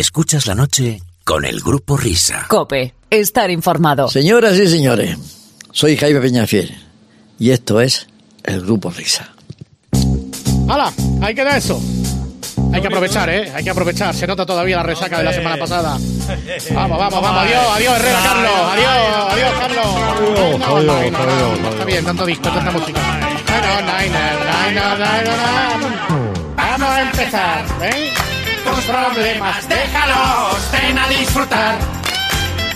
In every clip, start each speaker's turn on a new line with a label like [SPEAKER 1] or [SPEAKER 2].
[SPEAKER 1] Escuchas la noche con el grupo Risa.
[SPEAKER 2] Cope, estar informado.
[SPEAKER 3] Señoras y señores, soy Jaime Peñafiel y esto es el Grupo Risa.
[SPEAKER 4] ¡Hala! Ahí queda eso. Hay que aprovechar, ¿eh? Hay que aprovechar. Se nota todavía la resaca de la semana pasada. Vamos, vamos, vamos. Adiós, adiós, Herrera, Carlos. Adiós, adiós, Carlos. No, no, no, no, no, no, Está bien, tanto disco, tanta música. No, no, no, no, no, no, no, no. Vamos a empezar, ¿eh? Tus problemas,
[SPEAKER 5] déjalos, ven a disfrutar.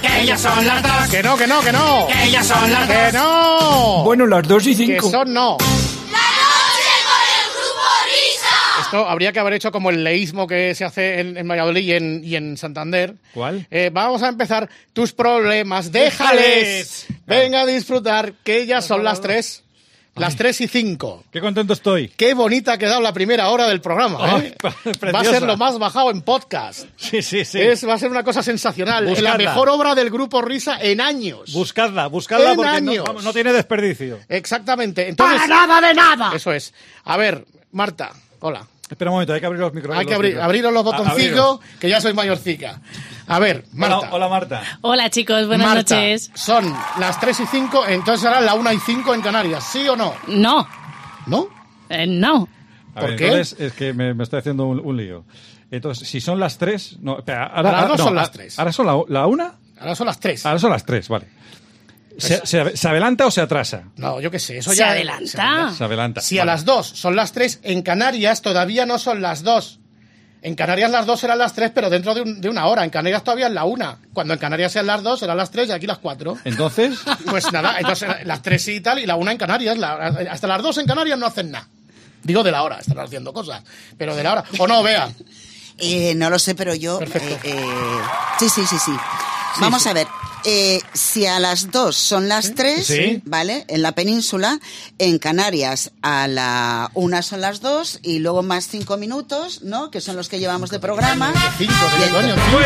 [SPEAKER 5] Que ya son las dos,
[SPEAKER 4] Que no, que no, que no.
[SPEAKER 5] que ya son las
[SPEAKER 4] Que no.
[SPEAKER 6] Bueno, las 2 y
[SPEAKER 4] Que
[SPEAKER 6] 5.
[SPEAKER 4] son no.
[SPEAKER 7] La noche con el grupo Risa.
[SPEAKER 4] Esto habría que haber hecho como el leísmo que se hace en, en Valladolid y en, y en Santander.
[SPEAKER 6] ¿Cuál?
[SPEAKER 4] Eh, vamos a empezar. Tus problemas, déjales. Venga a disfrutar, que ya son las tres. Las tres y cinco.
[SPEAKER 6] Qué contento estoy.
[SPEAKER 4] Qué bonita ha quedado la primera hora del programa. ¿eh?
[SPEAKER 6] Ay, preciosa.
[SPEAKER 4] va a ser lo más bajado en podcast.
[SPEAKER 6] Sí, sí, sí.
[SPEAKER 4] Es, va a ser una cosa sensacional. La
[SPEAKER 6] Buscadla.
[SPEAKER 4] mejor obra del grupo Risa en años.
[SPEAKER 6] Buscadla, buscadla
[SPEAKER 4] En
[SPEAKER 6] porque no,
[SPEAKER 4] años.
[SPEAKER 6] vamos, no tiene desperdicio.
[SPEAKER 4] Exactamente. Entonces,
[SPEAKER 5] nada de
[SPEAKER 8] Ah.
[SPEAKER 5] nada.
[SPEAKER 4] eso es. A ver, Marta, hola.
[SPEAKER 6] Espera un momento, hay que abrir los micrófonos.
[SPEAKER 4] Hay que abrir, abriros los botoncillos, que ya soy mayorcica. A ver, Marta.
[SPEAKER 6] Hola, hola, Marta.
[SPEAKER 8] Hola chicos, buenas
[SPEAKER 4] Marta,
[SPEAKER 8] noches.
[SPEAKER 4] Son las 3 y 5, entonces será la 1 y 5 en Canarias, ¿sí o no?
[SPEAKER 8] No,
[SPEAKER 4] ¿No?
[SPEAKER 8] eh, no.
[SPEAKER 6] A
[SPEAKER 4] ¿Por
[SPEAKER 6] ver,
[SPEAKER 4] qué?
[SPEAKER 6] entonces, es que me, me está haciendo un, un lío. Entonces, si son las 3. No, espera, ahora,
[SPEAKER 4] Ahora no son las
[SPEAKER 6] a-
[SPEAKER 4] tres.
[SPEAKER 6] Ahora son la- la 1.
[SPEAKER 4] Ahora son las 3.
[SPEAKER 6] Ahora son las 3, vale. ¿Se, se, ave- se adelanta o se atrasa?
[SPEAKER 4] No, yo qué sé, eso
[SPEAKER 8] Se
[SPEAKER 4] ya.
[SPEAKER 8] adelanta.
[SPEAKER 6] Se adelanta.
[SPEAKER 4] Si a
[SPEAKER 6] Vale.
[SPEAKER 4] las 2 son las 3, en Canarias todavía no son las 2. En Canarias las 2 serán las 3, pero dentro de, un- de una hora. En Canarias todavía es la 1. Cuando en Canarias sean las 2, serán las 3 y aquí las 4.
[SPEAKER 6] Entonces,
[SPEAKER 4] Pues nada, entonces las 3 y tal, y la 1 en Canarias. la- hasta las 2 en Canarias no hacen nada. Digo de la hora, están haciendo cosas. Pero de la hora. O no, vea.
[SPEAKER 9] Eh, no lo sé, pero yo.
[SPEAKER 4] Perfecto.
[SPEAKER 9] eh, eh, sí, sí, sí, sí. Vamos a ver. eh, si a las 2 son las 3,
[SPEAKER 6] Sí.
[SPEAKER 9] ¿vale? En la península, en Canarias a la 1 son las 2 y luego más 5 minutos, ¿no? Que son los que llevamos de programa.
[SPEAKER 4] 5,
[SPEAKER 9] Y
[SPEAKER 4] ¿qué
[SPEAKER 9] ento-
[SPEAKER 4] coño? Cinco.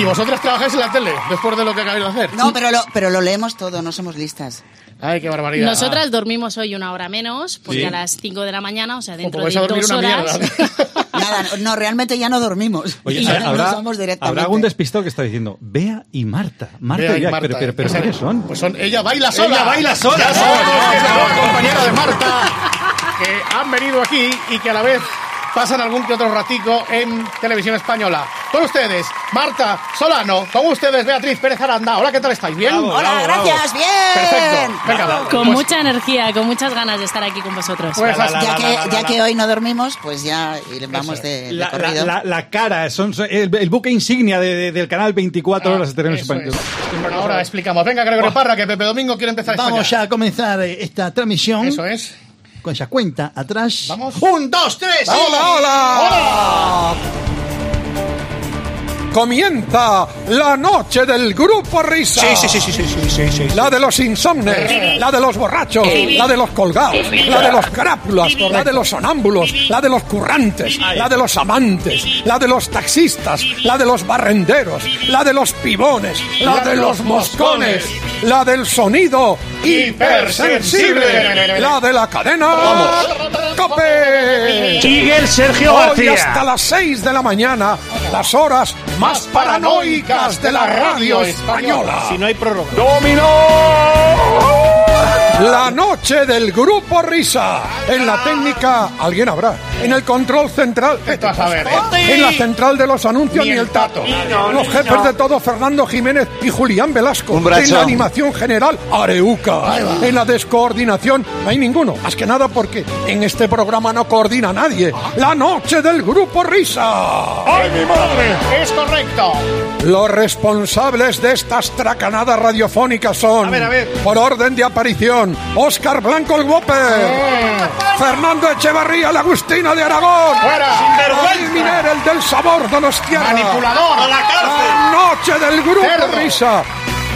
[SPEAKER 4] Y vosotras trabajáis en la tele, después de lo que acabáis de hacer.
[SPEAKER 9] No, pero lo, pero lo leemos todo, no somos listas.
[SPEAKER 4] Ay, qué barbaridad.
[SPEAKER 8] Nosotras dormimos hoy una hora menos, porque
[SPEAKER 6] Sí.
[SPEAKER 8] a las 5 de la mañana, o sea, dentro
[SPEAKER 4] Ah, vais
[SPEAKER 8] de
[SPEAKER 4] a dormir
[SPEAKER 8] dos
[SPEAKER 4] una
[SPEAKER 8] horas,
[SPEAKER 4] mierda.
[SPEAKER 9] Nada, no, no, realmente ya no dormimos.
[SPEAKER 6] oye,
[SPEAKER 9] Y
[SPEAKER 6] ¿habrá,
[SPEAKER 9] ahora nos vamos directamente.
[SPEAKER 6] habrá algún despistado que está diciendo Bea y Marta. Marta
[SPEAKER 4] Vea,
[SPEAKER 6] y Bea,
[SPEAKER 4] Marta,
[SPEAKER 6] pero, pero, pero
[SPEAKER 4] o sea,
[SPEAKER 6] ¿quiénes son?
[SPEAKER 4] Pues son ella baila sola.
[SPEAKER 6] Ella baila sola.
[SPEAKER 4] Ya sabes, es que son compañeros de Marta que han venido aquí y que a la vez pasan algún que otro ratico en televisión española. Con ustedes, Marta Solano. Con ustedes, Beatriz Pérez Aranda. Hola, ¿qué tal estáis? ¿Bien?
[SPEAKER 6] Bravo,
[SPEAKER 9] Hola,
[SPEAKER 6] bravo, bravo.
[SPEAKER 9] gracias, bien.
[SPEAKER 4] Perfecto. Venga,
[SPEAKER 8] con
[SPEAKER 4] pues-
[SPEAKER 8] mucha energía, con muchas ganas de estar aquí con vosotros.
[SPEAKER 4] Pues hasta-
[SPEAKER 9] Ya que, ya que hoy no dormimos, pues ya vamos de, de
[SPEAKER 6] La, la-
[SPEAKER 9] corrido.
[SPEAKER 6] la- la cara, son, son- el, el buque insignia de- de- del canal 24 horas de Terrenos
[SPEAKER 4] Eso
[SPEAKER 6] Españoles.
[SPEAKER 4] es. Bueno, ahora explicamos. Venga, Gregorio Parra, que Pepe Domingo quiere empezar esta
[SPEAKER 10] Vamos ya a comenzar eh, esta transmisión
[SPEAKER 4] Eso es.
[SPEAKER 10] con esa cuenta atrás.
[SPEAKER 4] Vamos.
[SPEAKER 10] Un, dos, tres.
[SPEAKER 4] ¡Hola,
[SPEAKER 11] Comienza la noche del grupo Risa. Sí, sí, sí, sí, sí, La de los insomnes, la de los borrachos, la de los colgados, la de los carápulas, la de los sonámbulos, la de los currantes, la de los amantes, la de los taxistas, la de los barrenderos, la de los pibones, la de los moscones, la del sonido hipersensible, la de la cadena. ¡Cope!
[SPEAKER 5] Sergio
[SPEAKER 11] Hoy hasta las 6 de la mañana, las horas más paranoicas de la radio española.
[SPEAKER 4] Si no hay prórroga.
[SPEAKER 11] La noche del grupo Risa. En la técnica, alguien habrá. En el control central, Este
[SPEAKER 4] Vete a saber, ¿eh?
[SPEAKER 11] en la central de los anuncios,
[SPEAKER 4] Ni
[SPEAKER 11] ni
[SPEAKER 4] el
[SPEAKER 11] el tato.
[SPEAKER 4] Tato.
[SPEAKER 11] Los jefes de todo, Fernando Jiménez y Julián Velasco. En la animación general, Areuca. En la descoordinación, no hay ninguno. Más que nada porque en este programa no coordina nadie. La noche del grupo Risa.
[SPEAKER 4] ¡Ay, mi madre! Es correcto.
[SPEAKER 11] Los responsables de estas tracanadas radiofónicas son,
[SPEAKER 4] A ver, a ver.
[SPEAKER 11] por orden de aparición, Óscar Blanco el Guope, Fernando Echevarría, la Agustina de Aragón,
[SPEAKER 4] ¡Fuera!
[SPEAKER 11] Abel Miner, el del sabor de los tierras,
[SPEAKER 4] ¡Manipulador! Ah, ¡A la
[SPEAKER 11] la noche del grupo
[SPEAKER 4] Cerdo.
[SPEAKER 11] Risa.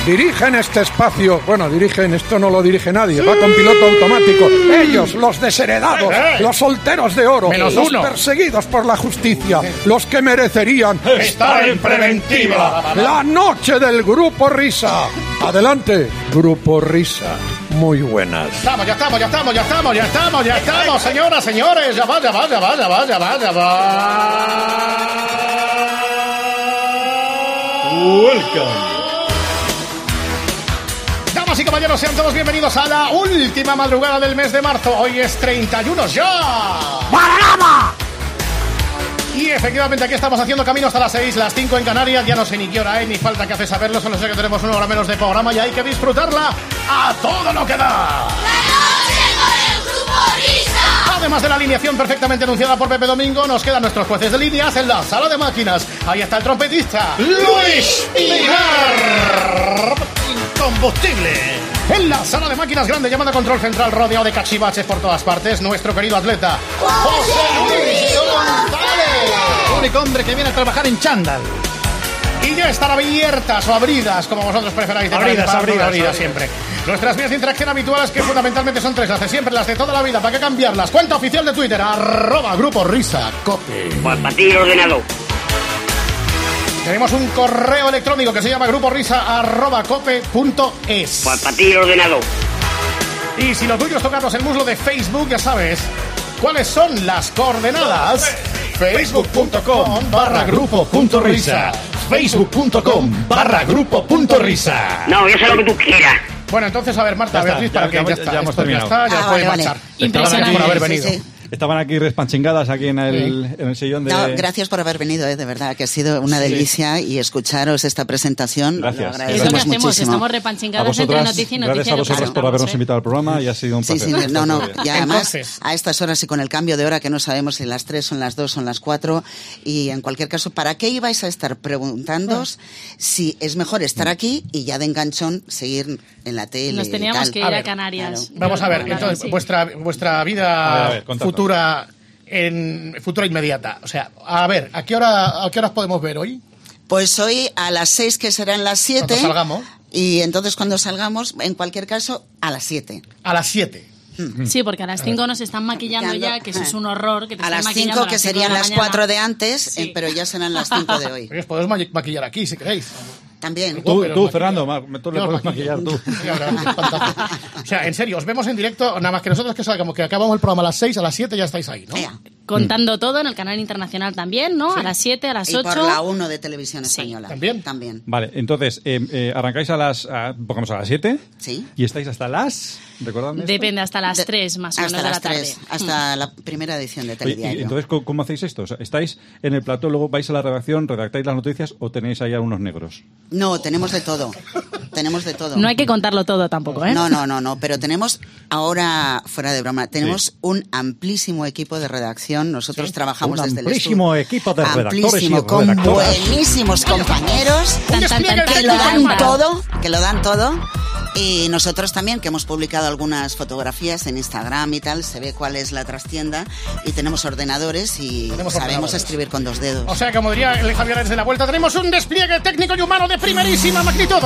[SPEAKER 11] Dirigen este espacio, bueno, dirigen, esto no lo dirige nadie, va con piloto automático. Ellos, los desheredados,
[SPEAKER 4] Eh, eh.
[SPEAKER 11] los solteros de oro,
[SPEAKER 4] Menos
[SPEAKER 11] los
[SPEAKER 4] uno.
[SPEAKER 11] perseguidos por la justicia, los que merecerían
[SPEAKER 4] Estar en preventiva.
[SPEAKER 11] la noche del Grupo Risa. Adelante, Grupo Risa. muy buenas.
[SPEAKER 4] Estamos, ya estamos, ya estamos, ya estamos, ya estamos, ya estamos, señoras, señores. Ya va, ya va, ya va, ya va, ya va, ya va. Damas y caballeros, sean todos bienvenidos a la última madrugada del mes de marzo. Hoy es 31 ya. Y efectivamente aquí estamos haciendo camino hasta las 6, las 5 en Canarias. Ya no sé ni qué hora es, ni falta que hace saberlo. Solo sé que tenemos una hora menos de programa y hay que disfrutarla a todo lo que da. Además de la alineación perfectamente anunciada por Pepe Domingo, nos quedan nuestros jueces de líneas en la sala de máquinas. Ahí está el trompetista Luis Pinar. Combustible. En la sala de máquinas grande llamada Control Central, rodeado de cachivaches por todas partes, nuestro querido atleta José Luis González. Único hombre que viene a trabajar en chándal. Y ya estarán abiertas o abridas, como vosotros preferáis. de
[SPEAKER 12] Abridas,
[SPEAKER 4] Frank Pardo,
[SPEAKER 12] abridas, abridas.
[SPEAKER 4] siempre. Nuestras vías de interacción habituales, que fundamentalmente son tres, las de siempre, las de toda la vida, ¿para qué cambiarlas? Cuenta oficial de Twitter, arroba grupo risa, cope.
[SPEAKER 13] Partido ordenado.
[SPEAKER 4] Tenemos un correo electrónico que se llama grupo risa, arroba cope punto es.
[SPEAKER 13] Partido ordenado.
[SPEAKER 4] Y si lo tuyo es tocarnos el muslo de Facebook, ya sabes cuáles son las coordenadas. Facebook.com barra grupo punto risa. Facebook.com barra grupo punto risa.
[SPEAKER 13] No, yo sé lo que tú quieras.
[SPEAKER 4] Bueno, entonces, a ver, Marta,
[SPEAKER 6] Ya está,
[SPEAKER 4] Beatriz, para
[SPEAKER 6] ya-
[SPEAKER 4] que
[SPEAKER 6] ya-
[SPEAKER 4] ya,
[SPEAKER 6] ya
[SPEAKER 4] está.
[SPEAKER 6] hemos
[SPEAKER 4] esto
[SPEAKER 6] terminado.
[SPEAKER 4] Ya está, ya
[SPEAKER 6] Ah,
[SPEAKER 4] puedes
[SPEAKER 6] vale, vale.
[SPEAKER 4] marchar.
[SPEAKER 6] Impresionante.
[SPEAKER 4] Gracias por haber
[SPEAKER 6] Sí, sí,
[SPEAKER 4] venido.
[SPEAKER 6] Estaban aquí respanchingadas aquí en el, en el sillón de...
[SPEAKER 9] No, gracias por haber venido, eh, de verdad, que ha sido una
[SPEAKER 6] Sí.
[SPEAKER 9] delicia y escucharos esta presentación. Lo
[SPEAKER 6] Gracias.
[SPEAKER 9] agradecemos
[SPEAKER 8] ¿Qué hacemos?
[SPEAKER 9] muchísimo.
[SPEAKER 8] Estamos
[SPEAKER 6] A
[SPEAKER 8] repanchingadas entre
[SPEAKER 6] vosotras,
[SPEAKER 8] noticia y noticia.
[SPEAKER 6] gracias a
[SPEAKER 8] nos
[SPEAKER 6] vosotras por
[SPEAKER 8] presentamos,
[SPEAKER 6] habernos
[SPEAKER 8] ¿eh?
[SPEAKER 6] invitado al programa y ha sido un
[SPEAKER 9] Sí,
[SPEAKER 6] placer.
[SPEAKER 9] sí, no, no, y además
[SPEAKER 4] Entonces.
[SPEAKER 9] a estas horas y con el cambio de hora que no sabemos si las 3 son las 2 son las 4 y en cualquier caso, ¿para qué ibais a estar preguntándoos si es mejor estar aquí y ya de enganchón seguir en la tele?
[SPEAKER 8] Nos
[SPEAKER 9] y
[SPEAKER 8] teníamos
[SPEAKER 9] tal?
[SPEAKER 8] que ir a, Canarias.
[SPEAKER 4] Vamos a ver, entonces, vuestra, vuestra vida
[SPEAKER 6] A ver, a ver, contadnos.
[SPEAKER 4] futura en futura inmediata. O sea, a ver, ¿a qué hora a qué horas podemos ver hoy?
[SPEAKER 9] Pues hoy a las 6 que serán las 7
[SPEAKER 4] Cuando salgamos.
[SPEAKER 9] y entonces cuando salgamos, en cualquier caso, a las 7.
[SPEAKER 4] A las 7.
[SPEAKER 8] Sí, porque a las 5 nos están maquillando ya, que eso es un horror. Que
[SPEAKER 9] eh.
[SPEAKER 8] te
[SPEAKER 9] A
[SPEAKER 8] están
[SPEAKER 9] las
[SPEAKER 8] maquillando
[SPEAKER 9] 5 que
[SPEAKER 8] cinco
[SPEAKER 9] serían
[SPEAKER 8] de la
[SPEAKER 9] las
[SPEAKER 8] mañana.
[SPEAKER 9] 4 de antes, eh, pero ya serán las 5 de hoy.
[SPEAKER 4] Oye, Os podéis ma- maquillar aquí si queréis.
[SPEAKER 9] También.
[SPEAKER 6] Tú,
[SPEAKER 4] Pero
[SPEAKER 6] tú
[SPEAKER 4] maquilla-
[SPEAKER 6] Fernando, ma- tú le
[SPEAKER 4] Yo
[SPEAKER 6] puedes
[SPEAKER 4] maquillo.
[SPEAKER 6] maquillar, tú.
[SPEAKER 4] Sí, ahora, qué fantástico. o sea, en serio, os vemos en directo, nada más que nosotros que salgamos, que acabamos el programa a las 6, a las 7 ya estáis ahí, ¿no?
[SPEAKER 9] Ea.
[SPEAKER 8] Contando todo en el canal internacional también, ¿no? A las 7, a las
[SPEAKER 9] Y por la
[SPEAKER 8] 8.
[SPEAKER 9] 1 de Televisión Española.
[SPEAKER 4] ¿También?
[SPEAKER 9] También.
[SPEAKER 6] Vale, entonces, eh, eh, arrancáis a las... a- pongamos a las 7
[SPEAKER 9] Sí.
[SPEAKER 6] y estáis hasta las... ¿Recordadme esto?
[SPEAKER 8] Depende, hasta las 3 más o
[SPEAKER 9] hasta
[SPEAKER 8] menos de la
[SPEAKER 9] las
[SPEAKER 8] tarde. Hmm.
[SPEAKER 9] tres, hasta la primera edición de
[SPEAKER 6] Oye, y
[SPEAKER 9] Telediario.
[SPEAKER 6] entonces, ¿cómo, cómo hacéis esto? O sea, ¿Estáis en el plató, luego vais a la redacción, redactáis las noticias o tenéis ahí a unos negros?
[SPEAKER 9] No, tenemos de todo. tenemos de todo.
[SPEAKER 8] No hay que contarlo todo tampoco, ¿eh?
[SPEAKER 9] No, no, no, no, pero tenemos ahora, fuera de broma, tenemos
[SPEAKER 6] Sí.
[SPEAKER 9] un amplísimo equipo de redacción. Nosotros trabajamos
[SPEAKER 6] Un
[SPEAKER 9] desde el
[SPEAKER 6] amplísimo
[SPEAKER 9] estudio.
[SPEAKER 6] equipo de redactores y
[SPEAKER 9] Amplísimo, con
[SPEAKER 6] redactoras.
[SPEAKER 9] buenísimos compañeros
[SPEAKER 8] Tan, tan, tan,
[SPEAKER 9] que
[SPEAKER 8] tan,
[SPEAKER 9] lo dan
[SPEAKER 8] tan, tan.
[SPEAKER 9] todo, que lo dan todo. Y nosotros también, que hemos publicado algunas fotografías en Instagram y tal, se ve cuál es la trastienda y tenemos ordenadores y sabemos
[SPEAKER 4] Tenemos ordenadores.
[SPEAKER 9] escribir con dos dedos.
[SPEAKER 4] O sea, como diría el Javier Ares de la Vuelta, tenemos un despliegue técnico y humano de primerísima magnitud.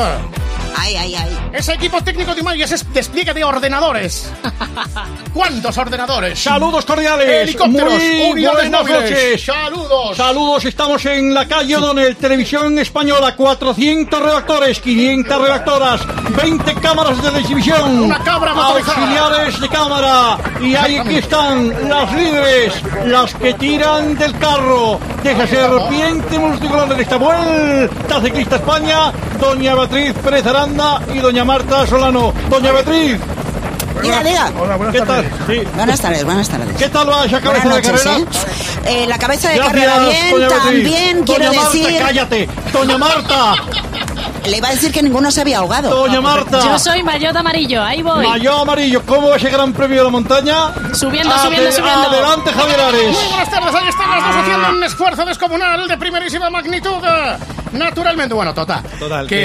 [SPEAKER 9] Ay, ay, ay.
[SPEAKER 4] Ese equipo técnico de humano y ese despliegue de ordenadores. ¿Cuántos ordenadores?
[SPEAKER 12] Saludos cordiales.
[SPEAKER 4] Helicópteros,
[SPEAKER 12] Muy
[SPEAKER 4] unidades
[SPEAKER 12] buenas
[SPEAKER 4] móviles.
[SPEAKER 12] noches.
[SPEAKER 4] Saludos.
[SPEAKER 12] Saludos, estamos en la calle Donel, Televisión Española, 400 redactores, 500 redactoras,
[SPEAKER 6] Ah,
[SPEAKER 12] 20 cámaras de exhibición,
[SPEAKER 4] Una cabra motorizada.
[SPEAKER 12] auxiliares de cámara, y ahí aquí están las líderes, las que tiran del carro, de esa serpiente multicolor de esta vuelta ciclista España, doña Beatriz Pérez Aranda y doña Marta Solano. Doña Beatriz,
[SPEAKER 9] Diga, diga.
[SPEAKER 12] ¿qué tal? Sí.
[SPEAKER 9] Buenas tardes, buenas tardes.
[SPEAKER 12] ¿Qué tal va esa cabeza
[SPEAKER 9] Buenas
[SPEAKER 12] de
[SPEAKER 9] noches,
[SPEAKER 12] carrera?
[SPEAKER 9] ¿eh? Eh, La cabeza de
[SPEAKER 12] Gracias,
[SPEAKER 9] carrera bien,
[SPEAKER 12] doña Beatriz.
[SPEAKER 9] también quiero
[SPEAKER 12] doña
[SPEAKER 9] decir...
[SPEAKER 12] Marta, cállate. Doña Marta,
[SPEAKER 9] Le iba a decir que ninguno se había ahogado.
[SPEAKER 12] doña Marta.
[SPEAKER 8] Yo soy mayor de amarillo, ahí voy.
[SPEAKER 12] Mayor Amarillo, ¿cómo va ese gran premio de la montaña?
[SPEAKER 8] Subiendo,
[SPEAKER 12] Ade-
[SPEAKER 8] subiendo, subiendo.
[SPEAKER 12] Adelante, Javier Ares.
[SPEAKER 4] Muy buenas tardes, ahí están las dos haciendo un esfuerzo descomunal de primerísima magnitud. ah, Naturalmente, bueno, total.
[SPEAKER 6] Total,
[SPEAKER 4] Que,
[SPEAKER 6] que-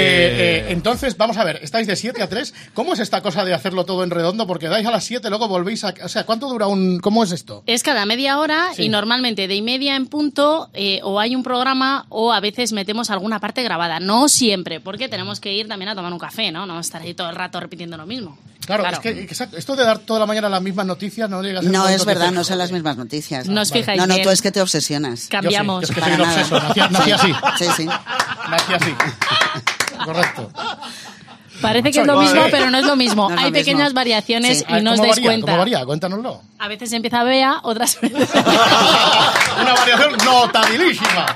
[SPEAKER 4] eh, entonces, vamos a ver, estáis de 7 a 3. ¿Cómo es esta cosa de hacerlo todo en redondo? Porque dais a las 7, luego volvéis a. O sea, ¿cuánto dura un. ¿Cómo es esto?
[SPEAKER 8] Es cada media hora
[SPEAKER 4] Sí.
[SPEAKER 8] y normalmente de y media en punto eh, o hay un programa o a veces metemos alguna parte grabada. No siempre, porque tenemos que ir también a tomar un café, ¿no? No estar ahí todo el rato repitiendo lo mismo.
[SPEAKER 4] Claro, es que exacto, esto de dar toda la mañana las mismas noticias no llega a ser
[SPEAKER 9] No,
[SPEAKER 4] tanto
[SPEAKER 9] es verdad,
[SPEAKER 4] que-
[SPEAKER 9] no son las mismas noticias.
[SPEAKER 8] No os
[SPEAKER 9] Vale.
[SPEAKER 8] fijáis
[SPEAKER 9] No, no,
[SPEAKER 8] bien.
[SPEAKER 9] tú es que te obsesionas.
[SPEAKER 4] Yo sí,
[SPEAKER 8] Cambiamos.
[SPEAKER 4] yo es que soy
[SPEAKER 9] Para
[SPEAKER 4] un
[SPEAKER 9] nada.
[SPEAKER 4] obseso, nací, nací así.
[SPEAKER 9] Sí, sí.
[SPEAKER 4] Nací así. Correcto.
[SPEAKER 8] Parece que es lo mismo, pero no es lo mismo. Hay pequeñas variaciones
[SPEAKER 4] Sí. A
[SPEAKER 8] y
[SPEAKER 4] ver,
[SPEAKER 8] no os
[SPEAKER 4] ¿cómo
[SPEAKER 8] dais
[SPEAKER 4] varía?
[SPEAKER 8] cuenta.
[SPEAKER 4] ¿Cómo varía? Cuéntanoslo.
[SPEAKER 8] A veces empieza Bea, otras veces.
[SPEAKER 4] Una variación notabilísima.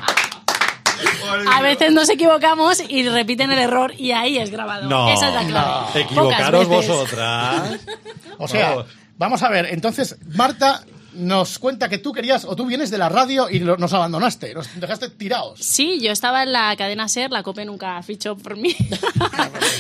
[SPEAKER 8] A veces nos equivocamos y repiten el error y ahí es grabado.
[SPEAKER 6] No.
[SPEAKER 8] Esa es la clave.
[SPEAKER 6] Te
[SPEAKER 4] Pocas
[SPEAKER 6] equivocaros
[SPEAKER 4] veces.
[SPEAKER 6] vosotras.
[SPEAKER 4] O sea, vamos a ver, entonces, Marta nos cuenta que tú querías, o tú vienes de la radio y lo- nos abandonaste, nos dejaste tirados.
[SPEAKER 8] Sí, yo estaba en la cadena SER, la COPE nunca fichó por mí.
[SPEAKER 4] Menos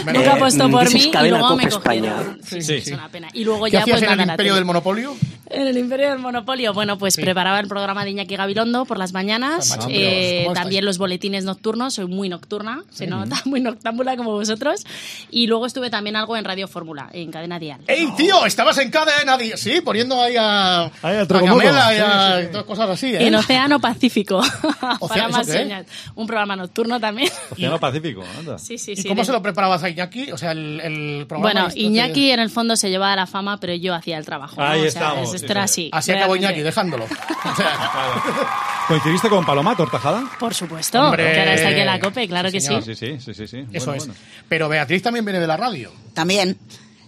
[SPEAKER 8] nunca
[SPEAKER 4] mal.
[SPEAKER 8] apostó por mí y luego me
[SPEAKER 4] España.
[SPEAKER 8] cogieron. Sí, sí,
[SPEAKER 4] sí.
[SPEAKER 8] es una pena. Y luego
[SPEAKER 4] ¿Qué
[SPEAKER 8] ya
[SPEAKER 4] hacías
[SPEAKER 8] pues
[SPEAKER 4] en el
[SPEAKER 8] nada, la
[SPEAKER 4] imperio
[SPEAKER 8] tele.
[SPEAKER 4] del monopolio?
[SPEAKER 8] En el Imperio del Monopolio, bueno, pues preparaba el programa de Iñaki Gabilondo por las mañanas,
[SPEAKER 4] Ah, macho,
[SPEAKER 8] eh,
[SPEAKER 4] pero ¿cómo estáis?
[SPEAKER 8] también los boletines nocturnos, soy muy nocturna, se
[SPEAKER 4] Sí.
[SPEAKER 8] nota muy noctámbula como vosotros, y luego estuve también algo en Radio Fórmula, en Cadena Dial.
[SPEAKER 4] ¡Ey, tío! Estabas en cadena, di- sí, poniendo ahí a, a
[SPEAKER 8] Trocomolo.
[SPEAKER 4] Camela y a
[SPEAKER 8] Sí, sí, sí.
[SPEAKER 4] todas cosas así, ¿eh?
[SPEAKER 8] En Océano Pacífico, para
[SPEAKER 4] ¿eso
[SPEAKER 8] más
[SPEAKER 4] qué?
[SPEAKER 8] señas. Un programa nocturno también.
[SPEAKER 14] Océano Pacífico, anda.
[SPEAKER 8] Sí, sí,
[SPEAKER 4] ¿Y
[SPEAKER 8] sí.
[SPEAKER 4] cómo
[SPEAKER 8] de-
[SPEAKER 4] se lo preparabas a Iñaki? O sea, el, el programa...
[SPEAKER 8] Bueno,
[SPEAKER 4] este que-
[SPEAKER 8] Iñaki en el fondo se llevaba la fama, pero yo hacía el trabajo. ¿no?
[SPEAKER 14] Ahí
[SPEAKER 8] O sea,
[SPEAKER 14] estamos,
[SPEAKER 8] esto
[SPEAKER 14] sí,
[SPEAKER 8] era así.
[SPEAKER 14] sí.
[SPEAKER 4] Así acabó
[SPEAKER 8] realmente.
[SPEAKER 4] Iñaki, dejándolo.
[SPEAKER 14] ¿Coincidiste con Paloma Tortajada?
[SPEAKER 8] Por supuesto,
[SPEAKER 4] Hombre.
[SPEAKER 8] que ahora está aquí en la COPE, claro que
[SPEAKER 6] Ah,
[SPEAKER 8] sí.
[SPEAKER 14] Sí, sí, sí, sí. sí.
[SPEAKER 4] Eso
[SPEAKER 14] Bueno,
[SPEAKER 4] es.
[SPEAKER 14] bueno.
[SPEAKER 4] Pero Beatriz también viene de la radio.
[SPEAKER 9] También.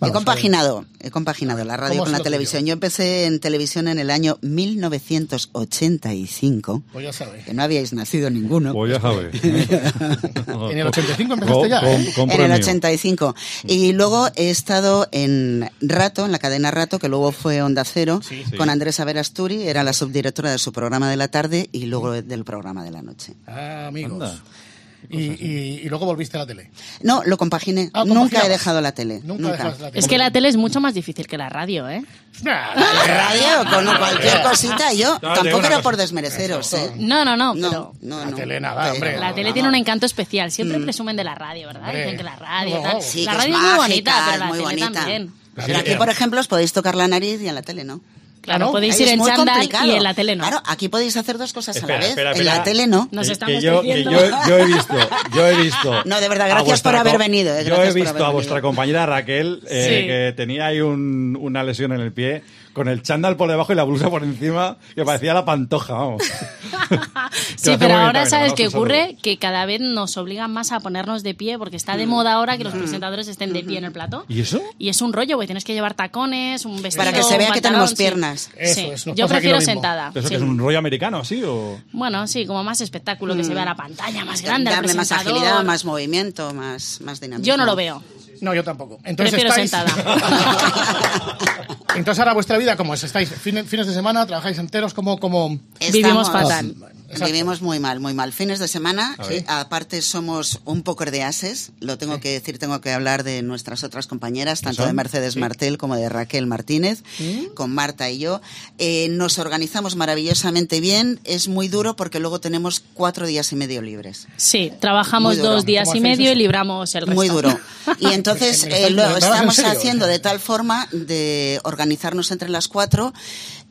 [SPEAKER 4] Vamos
[SPEAKER 9] he compaginado, he compaginado la radio
[SPEAKER 4] ¿Cómo
[SPEAKER 9] con
[SPEAKER 4] es
[SPEAKER 9] la
[SPEAKER 4] lo
[SPEAKER 9] televisión. Yo empecé en televisión en el año 1985,
[SPEAKER 4] Pues ya sabes.
[SPEAKER 9] que no habíais nacido ninguno.
[SPEAKER 14] Pues ya sabes.
[SPEAKER 4] En el 85 empezaste ya, ¿eh?
[SPEAKER 9] en el 85.
[SPEAKER 4] Mm.
[SPEAKER 9] Y luego he estado en Rato, en la cadena Rato, que luego fue Onda Cero,
[SPEAKER 4] sí.
[SPEAKER 9] con Andrés Averasturi, era la subdirectora de su programa de la tarde y luego del programa de la noche.
[SPEAKER 4] Ah, amigos. Y, y- y luego volviste a la tele.
[SPEAKER 9] No, lo compaginé.
[SPEAKER 4] Ah,
[SPEAKER 9] nunca he
[SPEAKER 4] compaginabas.
[SPEAKER 9] dejado la tele.
[SPEAKER 4] Nunca
[SPEAKER 9] Nunca.
[SPEAKER 4] dejaste la tele.
[SPEAKER 8] Es que la tele es mucho más difícil que la radio, ¿eh?
[SPEAKER 9] radio con cualquier cosita yo
[SPEAKER 8] No, digo
[SPEAKER 9] tampoco
[SPEAKER 8] una
[SPEAKER 9] era
[SPEAKER 8] cosa.
[SPEAKER 9] por desmereceros ¿eh?
[SPEAKER 8] No, no, no.
[SPEAKER 9] no,
[SPEAKER 8] pero
[SPEAKER 9] no,
[SPEAKER 4] La tele nada, hombre.
[SPEAKER 8] la tele tiene un encanto especial. Siempre presumen de la radio, ¿verdad? Dicen que la radio.
[SPEAKER 9] No,
[SPEAKER 8] tal.
[SPEAKER 9] sí,
[SPEAKER 8] la
[SPEAKER 9] que es
[SPEAKER 8] radio es, muy
[SPEAKER 9] mágica,
[SPEAKER 8] bonita, pero la
[SPEAKER 9] es muy
[SPEAKER 8] tele
[SPEAKER 9] bonita.
[SPEAKER 8] también.
[SPEAKER 9] Pero aquí por ejemplo os podéis tocar la nariz y en la tele no
[SPEAKER 8] Claro, podéis ir
[SPEAKER 9] es
[SPEAKER 8] en
[SPEAKER 9] muy
[SPEAKER 8] chándal
[SPEAKER 9] complicado.
[SPEAKER 8] y en la tele no.
[SPEAKER 9] Claro, aquí podéis hacer dos cosas a
[SPEAKER 6] Espera,
[SPEAKER 9] la vez.
[SPEAKER 6] espera,
[SPEAKER 9] en
[SPEAKER 6] espera.
[SPEAKER 9] la tele no.
[SPEAKER 6] Que- que yo, que yo, yo he visto, yo he visto.
[SPEAKER 9] No, de verdad,
[SPEAKER 6] a
[SPEAKER 9] gracias
[SPEAKER 6] vuestra
[SPEAKER 9] por haber
[SPEAKER 6] co-
[SPEAKER 9] venido, eh,
[SPEAKER 6] yo
[SPEAKER 9] gracias
[SPEAKER 6] he
[SPEAKER 9] por
[SPEAKER 6] visto
[SPEAKER 9] haber
[SPEAKER 6] a
[SPEAKER 9] venido.
[SPEAKER 6] vuestra compañera Raquel, eh,
[SPEAKER 9] Sí.
[SPEAKER 6] que tenía ahí un- una lesión en el pie, con el chándal por debajo y la blusa por encima, que parecía la pantoja, vamos.
[SPEAKER 8] Sí, pero ahora sabes qué
[SPEAKER 6] que
[SPEAKER 8] ocurre, que cada vez nos obligan más a ponernos de pie, porque está de
[SPEAKER 9] Mm.
[SPEAKER 8] moda ahora que los presentadores estén de pie en el plato.
[SPEAKER 6] ¿Y eso?
[SPEAKER 8] Y es un rollo, güey, tienes que llevar tacones, un vestido.
[SPEAKER 9] Para que se
[SPEAKER 8] un
[SPEAKER 9] vea que
[SPEAKER 8] pantalón,
[SPEAKER 9] tenemos
[SPEAKER 8] sí.
[SPEAKER 9] piernas.
[SPEAKER 8] Sí. Yo prefiero sentada.
[SPEAKER 6] ¿Pero eso
[SPEAKER 8] sí.
[SPEAKER 6] que es un rollo americano, así o...?
[SPEAKER 8] Bueno, sí, como más espectáculo, que se vea la pantalla más grande, el
[SPEAKER 9] Mm. Darle más
[SPEAKER 8] presentador.
[SPEAKER 9] agilidad, más movimiento, más, más dinamismo.
[SPEAKER 8] Yo no lo veo.
[SPEAKER 4] No, yo tampoco. Entonces
[SPEAKER 8] Prefiero
[SPEAKER 4] estáis-
[SPEAKER 8] sentada.
[SPEAKER 4] Entonces ahora vuestra vida, ¿cómo es? ¿Estáis fine- fines de semana, trabajáis enteros? como como
[SPEAKER 9] Estamos- Vivimos muy mal, muy mal. Fines de semana,
[SPEAKER 4] A ver.
[SPEAKER 9] sí, aparte somos un póker de ases, lo tengo que decir, tengo que hablar de nuestras otras compañeras, tanto
[SPEAKER 15] son?
[SPEAKER 9] de Mercedes
[SPEAKER 15] Sí.
[SPEAKER 9] Martel como de Raquel Martínez, con Marta y yo. Eh, nos organizamos maravillosamente bien, es muy duro porque luego tenemos cuatro días y medio libres.
[SPEAKER 8] Sí,
[SPEAKER 9] Muy
[SPEAKER 8] trabajamos
[SPEAKER 9] duro.
[SPEAKER 8] dos días
[SPEAKER 9] ¿Cómo
[SPEAKER 8] y
[SPEAKER 9] hacéis
[SPEAKER 8] medio
[SPEAKER 9] eso?
[SPEAKER 8] y libramos el resto.
[SPEAKER 9] Muy duro. Y entonces
[SPEAKER 8] Me lo
[SPEAKER 9] eh,
[SPEAKER 8] estáis-
[SPEAKER 9] luego
[SPEAKER 8] me lo estabas en
[SPEAKER 9] estamos
[SPEAKER 8] serio.
[SPEAKER 9] haciendo de tal forma de organizarnos entre las cuatro.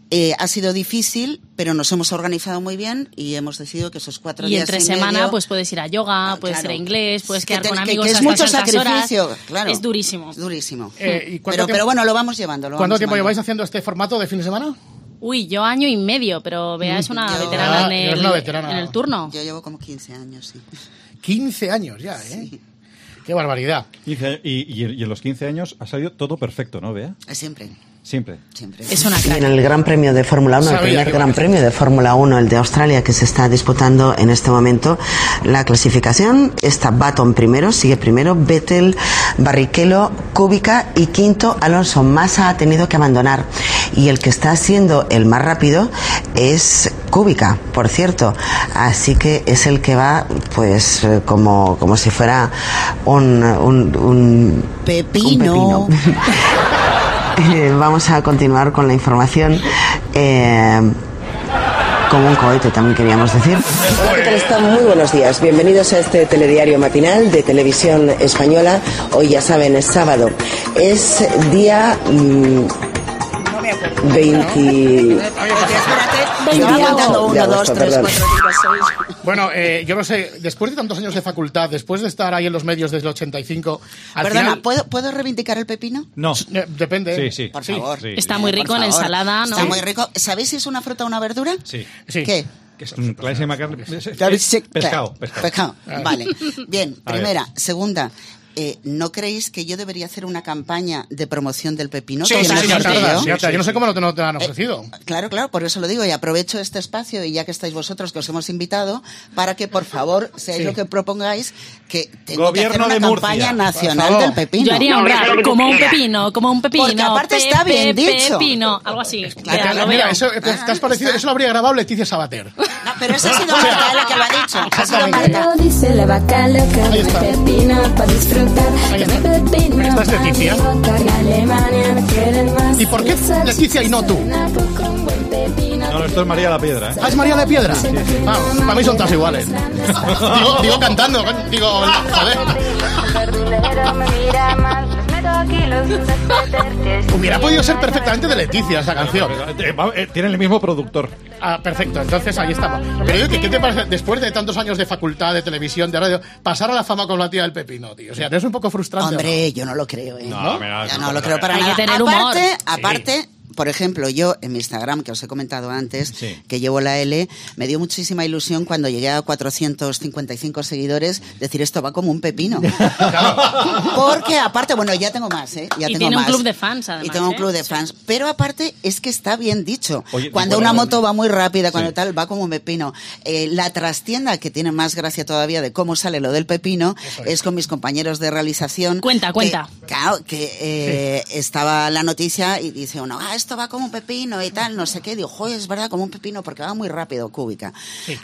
[SPEAKER 9] Eh, ha sido difícil, pero nos hemos organizado muy bien y hemos decidido que esos cuatro
[SPEAKER 8] Y
[SPEAKER 9] días
[SPEAKER 8] entre
[SPEAKER 9] y
[SPEAKER 8] semana,
[SPEAKER 9] medio- Ah,
[SPEAKER 8] pues puedes ir a yoga, puedes
[SPEAKER 9] claro.
[SPEAKER 8] ir a inglés, puedes
[SPEAKER 9] Que
[SPEAKER 8] quedar
[SPEAKER 9] te-
[SPEAKER 8] con
[SPEAKER 9] que- que
[SPEAKER 8] amigos.
[SPEAKER 9] es
[SPEAKER 8] hasta
[SPEAKER 9] mucho
[SPEAKER 8] tantas horas.
[SPEAKER 9] sacrificio, claro.
[SPEAKER 8] Es durísimo. Es
[SPEAKER 9] durísimo.
[SPEAKER 4] Eh, ¿y cuánto
[SPEAKER 9] pero,
[SPEAKER 4] tiempo-
[SPEAKER 9] pero bueno, lo vamos llevando. Lo
[SPEAKER 4] ¿Cuánto
[SPEAKER 9] vamos
[SPEAKER 4] tiempo
[SPEAKER 9] llevando.
[SPEAKER 4] lleváis haciendo este formato de fin de semana?
[SPEAKER 8] Uy, yo año y medio, pero Bea es una
[SPEAKER 4] Yo-
[SPEAKER 8] veterana,
[SPEAKER 4] Ah,
[SPEAKER 8] en,
[SPEAKER 4] yo
[SPEAKER 8] el,
[SPEAKER 4] es una veterana.
[SPEAKER 8] en el turno.
[SPEAKER 9] Yo llevo como 15 años, sí.
[SPEAKER 4] 15 años ya, ¿eh? Qué barbaridad.
[SPEAKER 14] Y, y- y en los 15 años ha salido todo perfecto, ¿no, Bea?
[SPEAKER 9] Siempre.
[SPEAKER 14] Siempre.
[SPEAKER 9] Siempre.
[SPEAKER 8] Es una
[SPEAKER 16] Y en el Gran Premio de Fórmula 1, el
[SPEAKER 14] Sabía
[SPEAKER 16] primer
[SPEAKER 14] que iba
[SPEAKER 16] Gran Premio de Fórmula 1, el de Australia, que se está disputando en este momento, la clasificación está Baton primero, sigue primero Vettel, Barrichello, Kubica y quinto Alonso. Massa ha tenido que abandonar y el que está siendo el más rápido es Kubica, por cierto. Así que es el que va, pues, eh, como, como si fuera un, un- un-
[SPEAKER 9] Pepino.
[SPEAKER 16] un pepino. Eh, vamos a continuar con la información. eh, como un cohete, también queríamos decir.
[SPEAKER 15] Hola, ¿qué tal están? Muy buenos días. Bienvenidos a este telediario matinal de Televisión Española. Hoy ya saben, es sábado. Es día mm, 20
[SPEAKER 9] Uno,
[SPEAKER 4] De
[SPEAKER 9] dos,
[SPEAKER 4] agosto,
[SPEAKER 9] tres,
[SPEAKER 4] perdón.
[SPEAKER 9] cuatro,
[SPEAKER 4] Bueno, eh, yo no sé, después de tantos años de facultad, después de estar ahí en los medios desde el 85, al
[SPEAKER 9] Perdona,
[SPEAKER 4] final...
[SPEAKER 9] ¿puedo, ¿puedo reivindicar el pepino?
[SPEAKER 14] No.
[SPEAKER 17] Eh,
[SPEAKER 4] depende.
[SPEAKER 14] Sí, sí.
[SPEAKER 9] eh, Por
[SPEAKER 4] Sí,
[SPEAKER 9] favor.
[SPEAKER 14] sí.
[SPEAKER 8] Está muy
[SPEAKER 9] Por
[SPEAKER 8] rico en
[SPEAKER 9] favor.
[SPEAKER 8] ensalada, ¿no?
[SPEAKER 9] Está muy rico. ¿Sabéis si es una fruta o una verdura?
[SPEAKER 14] Sí.
[SPEAKER 9] ¿Qué?
[SPEAKER 14] Que es un clarísima carne.
[SPEAKER 9] Claro, sí,
[SPEAKER 14] Pescado,
[SPEAKER 17] Ah.
[SPEAKER 9] claro. Pescado. Vale. Bien,
[SPEAKER 14] A
[SPEAKER 9] primera. Segunda. eh, ¿no creéis que yo debería hacer una campaña de promoción del pepino?
[SPEAKER 17] Sí,
[SPEAKER 9] Que
[SPEAKER 17] sí,
[SPEAKER 9] la
[SPEAKER 17] sí,
[SPEAKER 9] gente
[SPEAKER 17] tarda,
[SPEAKER 9] yo-
[SPEAKER 17] sí, tarda. Yo no sé cómo no te, no te la han ofrecido.
[SPEAKER 9] Claro, claro, por eso lo digo y aprovecho este espacio y ya que estáis vosotros que os hemos invitado para que por favor seáis
[SPEAKER 17] Sí.
[SPEAKER 9] lo que propongáis que tengo
[SPEAKER 17] Gobierno
[SPEAKER 9] que hacer
[SPEAKER 17] de
[SPEAKER 9] una
[SPEAKER 17] Murcia,
[SPEAKER 9] campaña
[SPEAKER 17] por
[SPEAKER 9] nacional
[SPEAKER 17] favor.
[SPEAKER 9] del pepino.
[SPEAKER 8] Yo haría un rap, como un pepino, como un pepino.
[SPEAKER 9] Porque aparte está bien dicho.
[SPEAKER 8] Pepino, algo así.
[SPEAKER 17] Te-
[SPEAKER 8] Mira,
[SPEAKER 17] te-
[SPEAKER 8] lo
[SPEAKER 17] mira,
[SPEAKER 8] veo.
[SPEAKER 17] eso, eh, te
[SPEAKER 9] Ah,
[SPEAKER 17] has parecido, eso lo habría grabado Leticia Sabater.
[SPEAKER 9] Pero eso ha sido Marta la que lo ha dicho. Ha sido Marta.
[SPEAKER 18] Lo dice la vaca loca, me pepino pa' disfrutar. Dame pepino
[SPEAKER 17] Esta es
[SPEAKER 18] pa'
[SPEAKER 17] Leticia.
[SPEAKER 18] disfrutar. En Alemania me quieren más.
[SPEAKER 17] ¿Y por qué Leticia y no tú?
[SPEAKER 6] No, esto es María la Piedra, ¿eh?
[SPEAKER 17] ¿Ah, es María de Piedra? Ah, para mí son todas iguales. digo, digo cantando, coño, digo, joder.
[SPEAKER 4] Pues
[SPEAKER 17] Hubiera podido ser perfectamente de Leticia esa canción.
[SPEAKER 6] Eh, Tienen el mismo productor.
[SPEAKER 17] Ah, perfecto, entonces ahí estamos. Pero yo, ¿qué, qué te parece después de tantos años de facultad, de televisión, de radio, pasar a la fama con la tía del Pepino, tío? O sea, ¿no es un poco frustrante?
[SPEAKER 9] Hombre, yo no lo creo, ¿eh?
[SPEAKER 17] No,
[SPEAKER 9] Yo no lo creo para nada. aparte, aparte, por ejemplo, yo en mi Instagram, que os he comentado antes, que llevo la L, me dio muchísima ilusión cuando llegué a 455 seguidores decir esto va como un pepino. Porque aparte, bueno, ya tengo más, ¿eh? Ya
[SPEAKER 8] y
[SPEAKER 9] tengo
[SPEAKER 8] tiene
[SPEAKER 9] más.
[SPEAKER 8] un club de fans, además.
[SPEAKER 9] y tengo un
[SPEAKER 8] ¿eh?
[SPEAKER 9] club de fans. Pero aparte, es que está bien dicho.
[SPEAKER 8] Oye,
[SPEAKER 9] cuando
[SPEAKER 8] ¿te
[SPEAKER 9] una
[SPEAKER 8] acuerdas?
[SPEAKER 9] moto va muy rápida, cuando tal, va como un pepino. Eh, la trastienda, que tiene más gracia todavía de cómo sale lo del pepino, es. con mis compañeros de realización.
[SPEAKER 8] Cuenta,
[SPEAKER 9] que-
[SPEAKER 8] cuenta.
[SPEAKER 9] claro, que eh, estaba la noticia y dice uno, ah, esto va como un pepino y tal, no sé qué. Digo, joder, es verdad, como un pepino, porque va muy rápido, cúbica.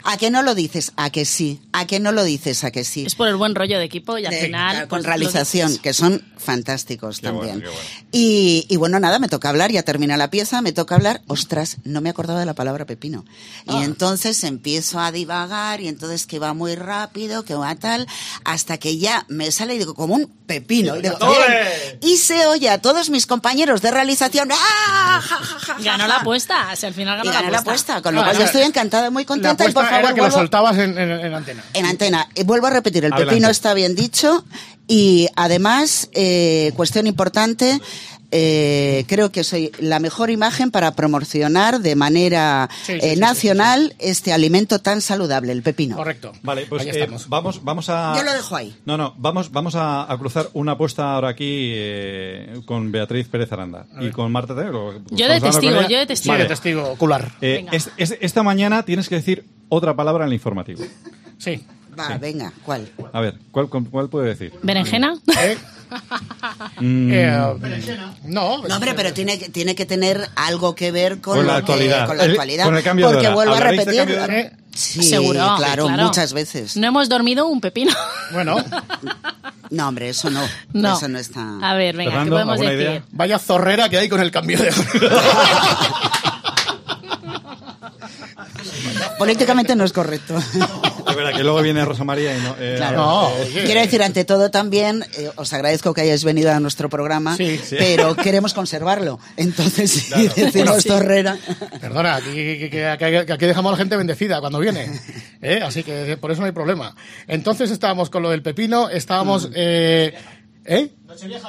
[SPEAKER 9] ¿A que no lo dices? ¿A que sí? ¿A que no lo dices? ¿A que sí?
[SPEAKER 8] Es por el buen rollo de equipo y al
[SPEAKER 9] De-
[SPEAKER 8] final.
[SPEAKER 9] con
[SPEAKER 8] pues,
[SPEAKER 9] realización,
[SPEAKER 8] los-
[SPEAKER 9] que son fantásticos también. Y, y bueno, nada, me toca hablar, ya termina la pieza, me toca hablar, ostras, no me acordaba de la palabra pepino.
[SPEAKER 8] Ah.
[SPEAKER 9] Y entonces empiezo a divagar y entonces que va muy rápido, que va tal, hasta que ya me sale y digo, como un pepino. Y, digo, "Bien". Y se oye a todos mis compañeros de realización, ¡ah! Ja, ja, ja, ja,
[SPEAKER 8] Ganó la
[SPEAKER 9] ja".
[SPEAKER 8] apuesta, si al final
[SPEAKER 9] Y
[SPEAKER 8] ganó,
[SPEAKER 9] gané la apuesta, con lo
[SPEAKER 8] Ah,
[SPEAKER 9] cual yo
[SPEAKER 8] claro.
[SPEAKER 9] estoy encantada, muy
[SPEAKER 17] La
[SPEAKER 9] contenta y por
[SPEAKER 17] apuesta
[SPEAKER 9] favor
[SPEAKER 17] era que lo
[SPEAKER 9] vuelvo-
[SPEAKER 17] soltabas en, en- en antena.
[SPEAKER 9] en antena. Eh, vuelvo a repetir, el
[SPEAKER 17] Adelante.
[SPEAKER 9] pepino está bien dicho y además, eh, cuestión importante, eh, creo que soy la mejor imagen para promocionar de manera
[SPEAKER 6] Sí, sí,
[SPEAKER 9] eh,
[SPEAKER 6] sí,
[SPEAKER 9] nacional este alimento tan saludable, el pepino.
[SPEAKER 17] Correcto.
[SPEAKER 6] Vale, pues
[SPEAKER 9] Ahí
[SPEAKER 6] eh,
[SPEAKER 9] estamos.
[SPEAKER 6] vamos, vamos a.
[SPEAKER 9] Yo lo dejo ahí.
[SPEAKER 6] No, no, vamos, vamos a, a cruzar una apuesta ahora aquí eh, con Beatriz Pérez Aranda y con Marta Teo. lo-
[SPEAKER 8] Yo
[SPEAKER 6] estamos
[SPEAKER 8] de
[SPEAKER 6] hablando con
[SPEAKER 8] testigo,
[SPEAKER 6] ella.
[SPEAKER 8] yo de testigo.
[SPEAKER 6] Vale.
[SPEAKER 8] Yo de
[SPEAKER 17] testigo ocular.
[SPEAKER 6] Eh, es- es- esta mañana tienes que decir otra palabra en el informativo.
[SPEAKER 17] Sí.
[SPEAKER 9] Va, venga, ¿cuál?
[SPEAKER 6] A ver, ¿cuál, con- cuál puedo decir?
[SPEAKER 8] ¿Berenjena?
[SPEAKER 17] Eh,
[SPEAKER 6] Mm,
[SPEAKER 14] Eh.
[SPEAKER 17] No,
[SPEAKER 9] hombre, pero tiene que, tiene que tener algo que ver con,
[SPEAKER 6] Con la
[SPEAKER 9] lo que-
[SPEAKER 6] actualidad.
[SPEAKER 9] con la
[SPEAKER 6] El-
[SPEAKER 9] actualidad.
[SPEAKER 6] con el cambio de
[SPEAKER 9] porque
[SPEAKER 6] hora.
[SPEAKER 9] vuelvo a
[SPEAKER 6] ¿Hablaréis de
[SPEAKER 9] repetir.
[SPEAKER 6] cambio de
[SPEAKER 17] eh,
[SPEAKER 6] hora?
[SPEAKER 9] Sí,
[SPEAKER 8] Seguro,
[SPEAKER 9] claro,
[SPEAKER 8] claro.
[SPEAKER 9] muchas veces.
[SPEAKER 8] No hemos dormido un pepino.
[SPEAKER 17] Bueno.
[SPEAKER 9] No, hombre, eso no.
[SPEAKER 8] No.
[SPEAKER 9] Eso no está.
[SPEAKER 8] A ver, venga, ¿qué podemos decir?
[SPEAKER 17] Vaya zorrera que hay con el cambio de
[SPEAKER 9] Políticamente no es correcto.
[SPEAKER 6] Es verdad que luego viene Rosa María y no. eh,
[SPEAKER 9] Claro.
[SPEAKER 6] ahora- eh,
[SPEAKER 9] Quiero decir, ante todo también, eh, os agradezco que hayáis venido a nuestro programa,
[SPEAKER 6] Sí, sí.
[SPEAKER 9] pero queremos conservarlo. Entonces, si
[SPEAKER 17] Claro. Bueno,
[SPEAKER 9] decimos
[SPEAKER 17] sí.
[SPEAKER 9] Torrera,
[SPEAKER 17] Perdona, aquí, que- que- que- que aquí dejamos a la gente bendecida cuando viene. ¿eh? Así que por eso no hay problema. Entonces estábamos con lo del pepino, estábamos...
[SPEAKER 6] Mm.
[SPEAKER 17] Eh, ¿eh?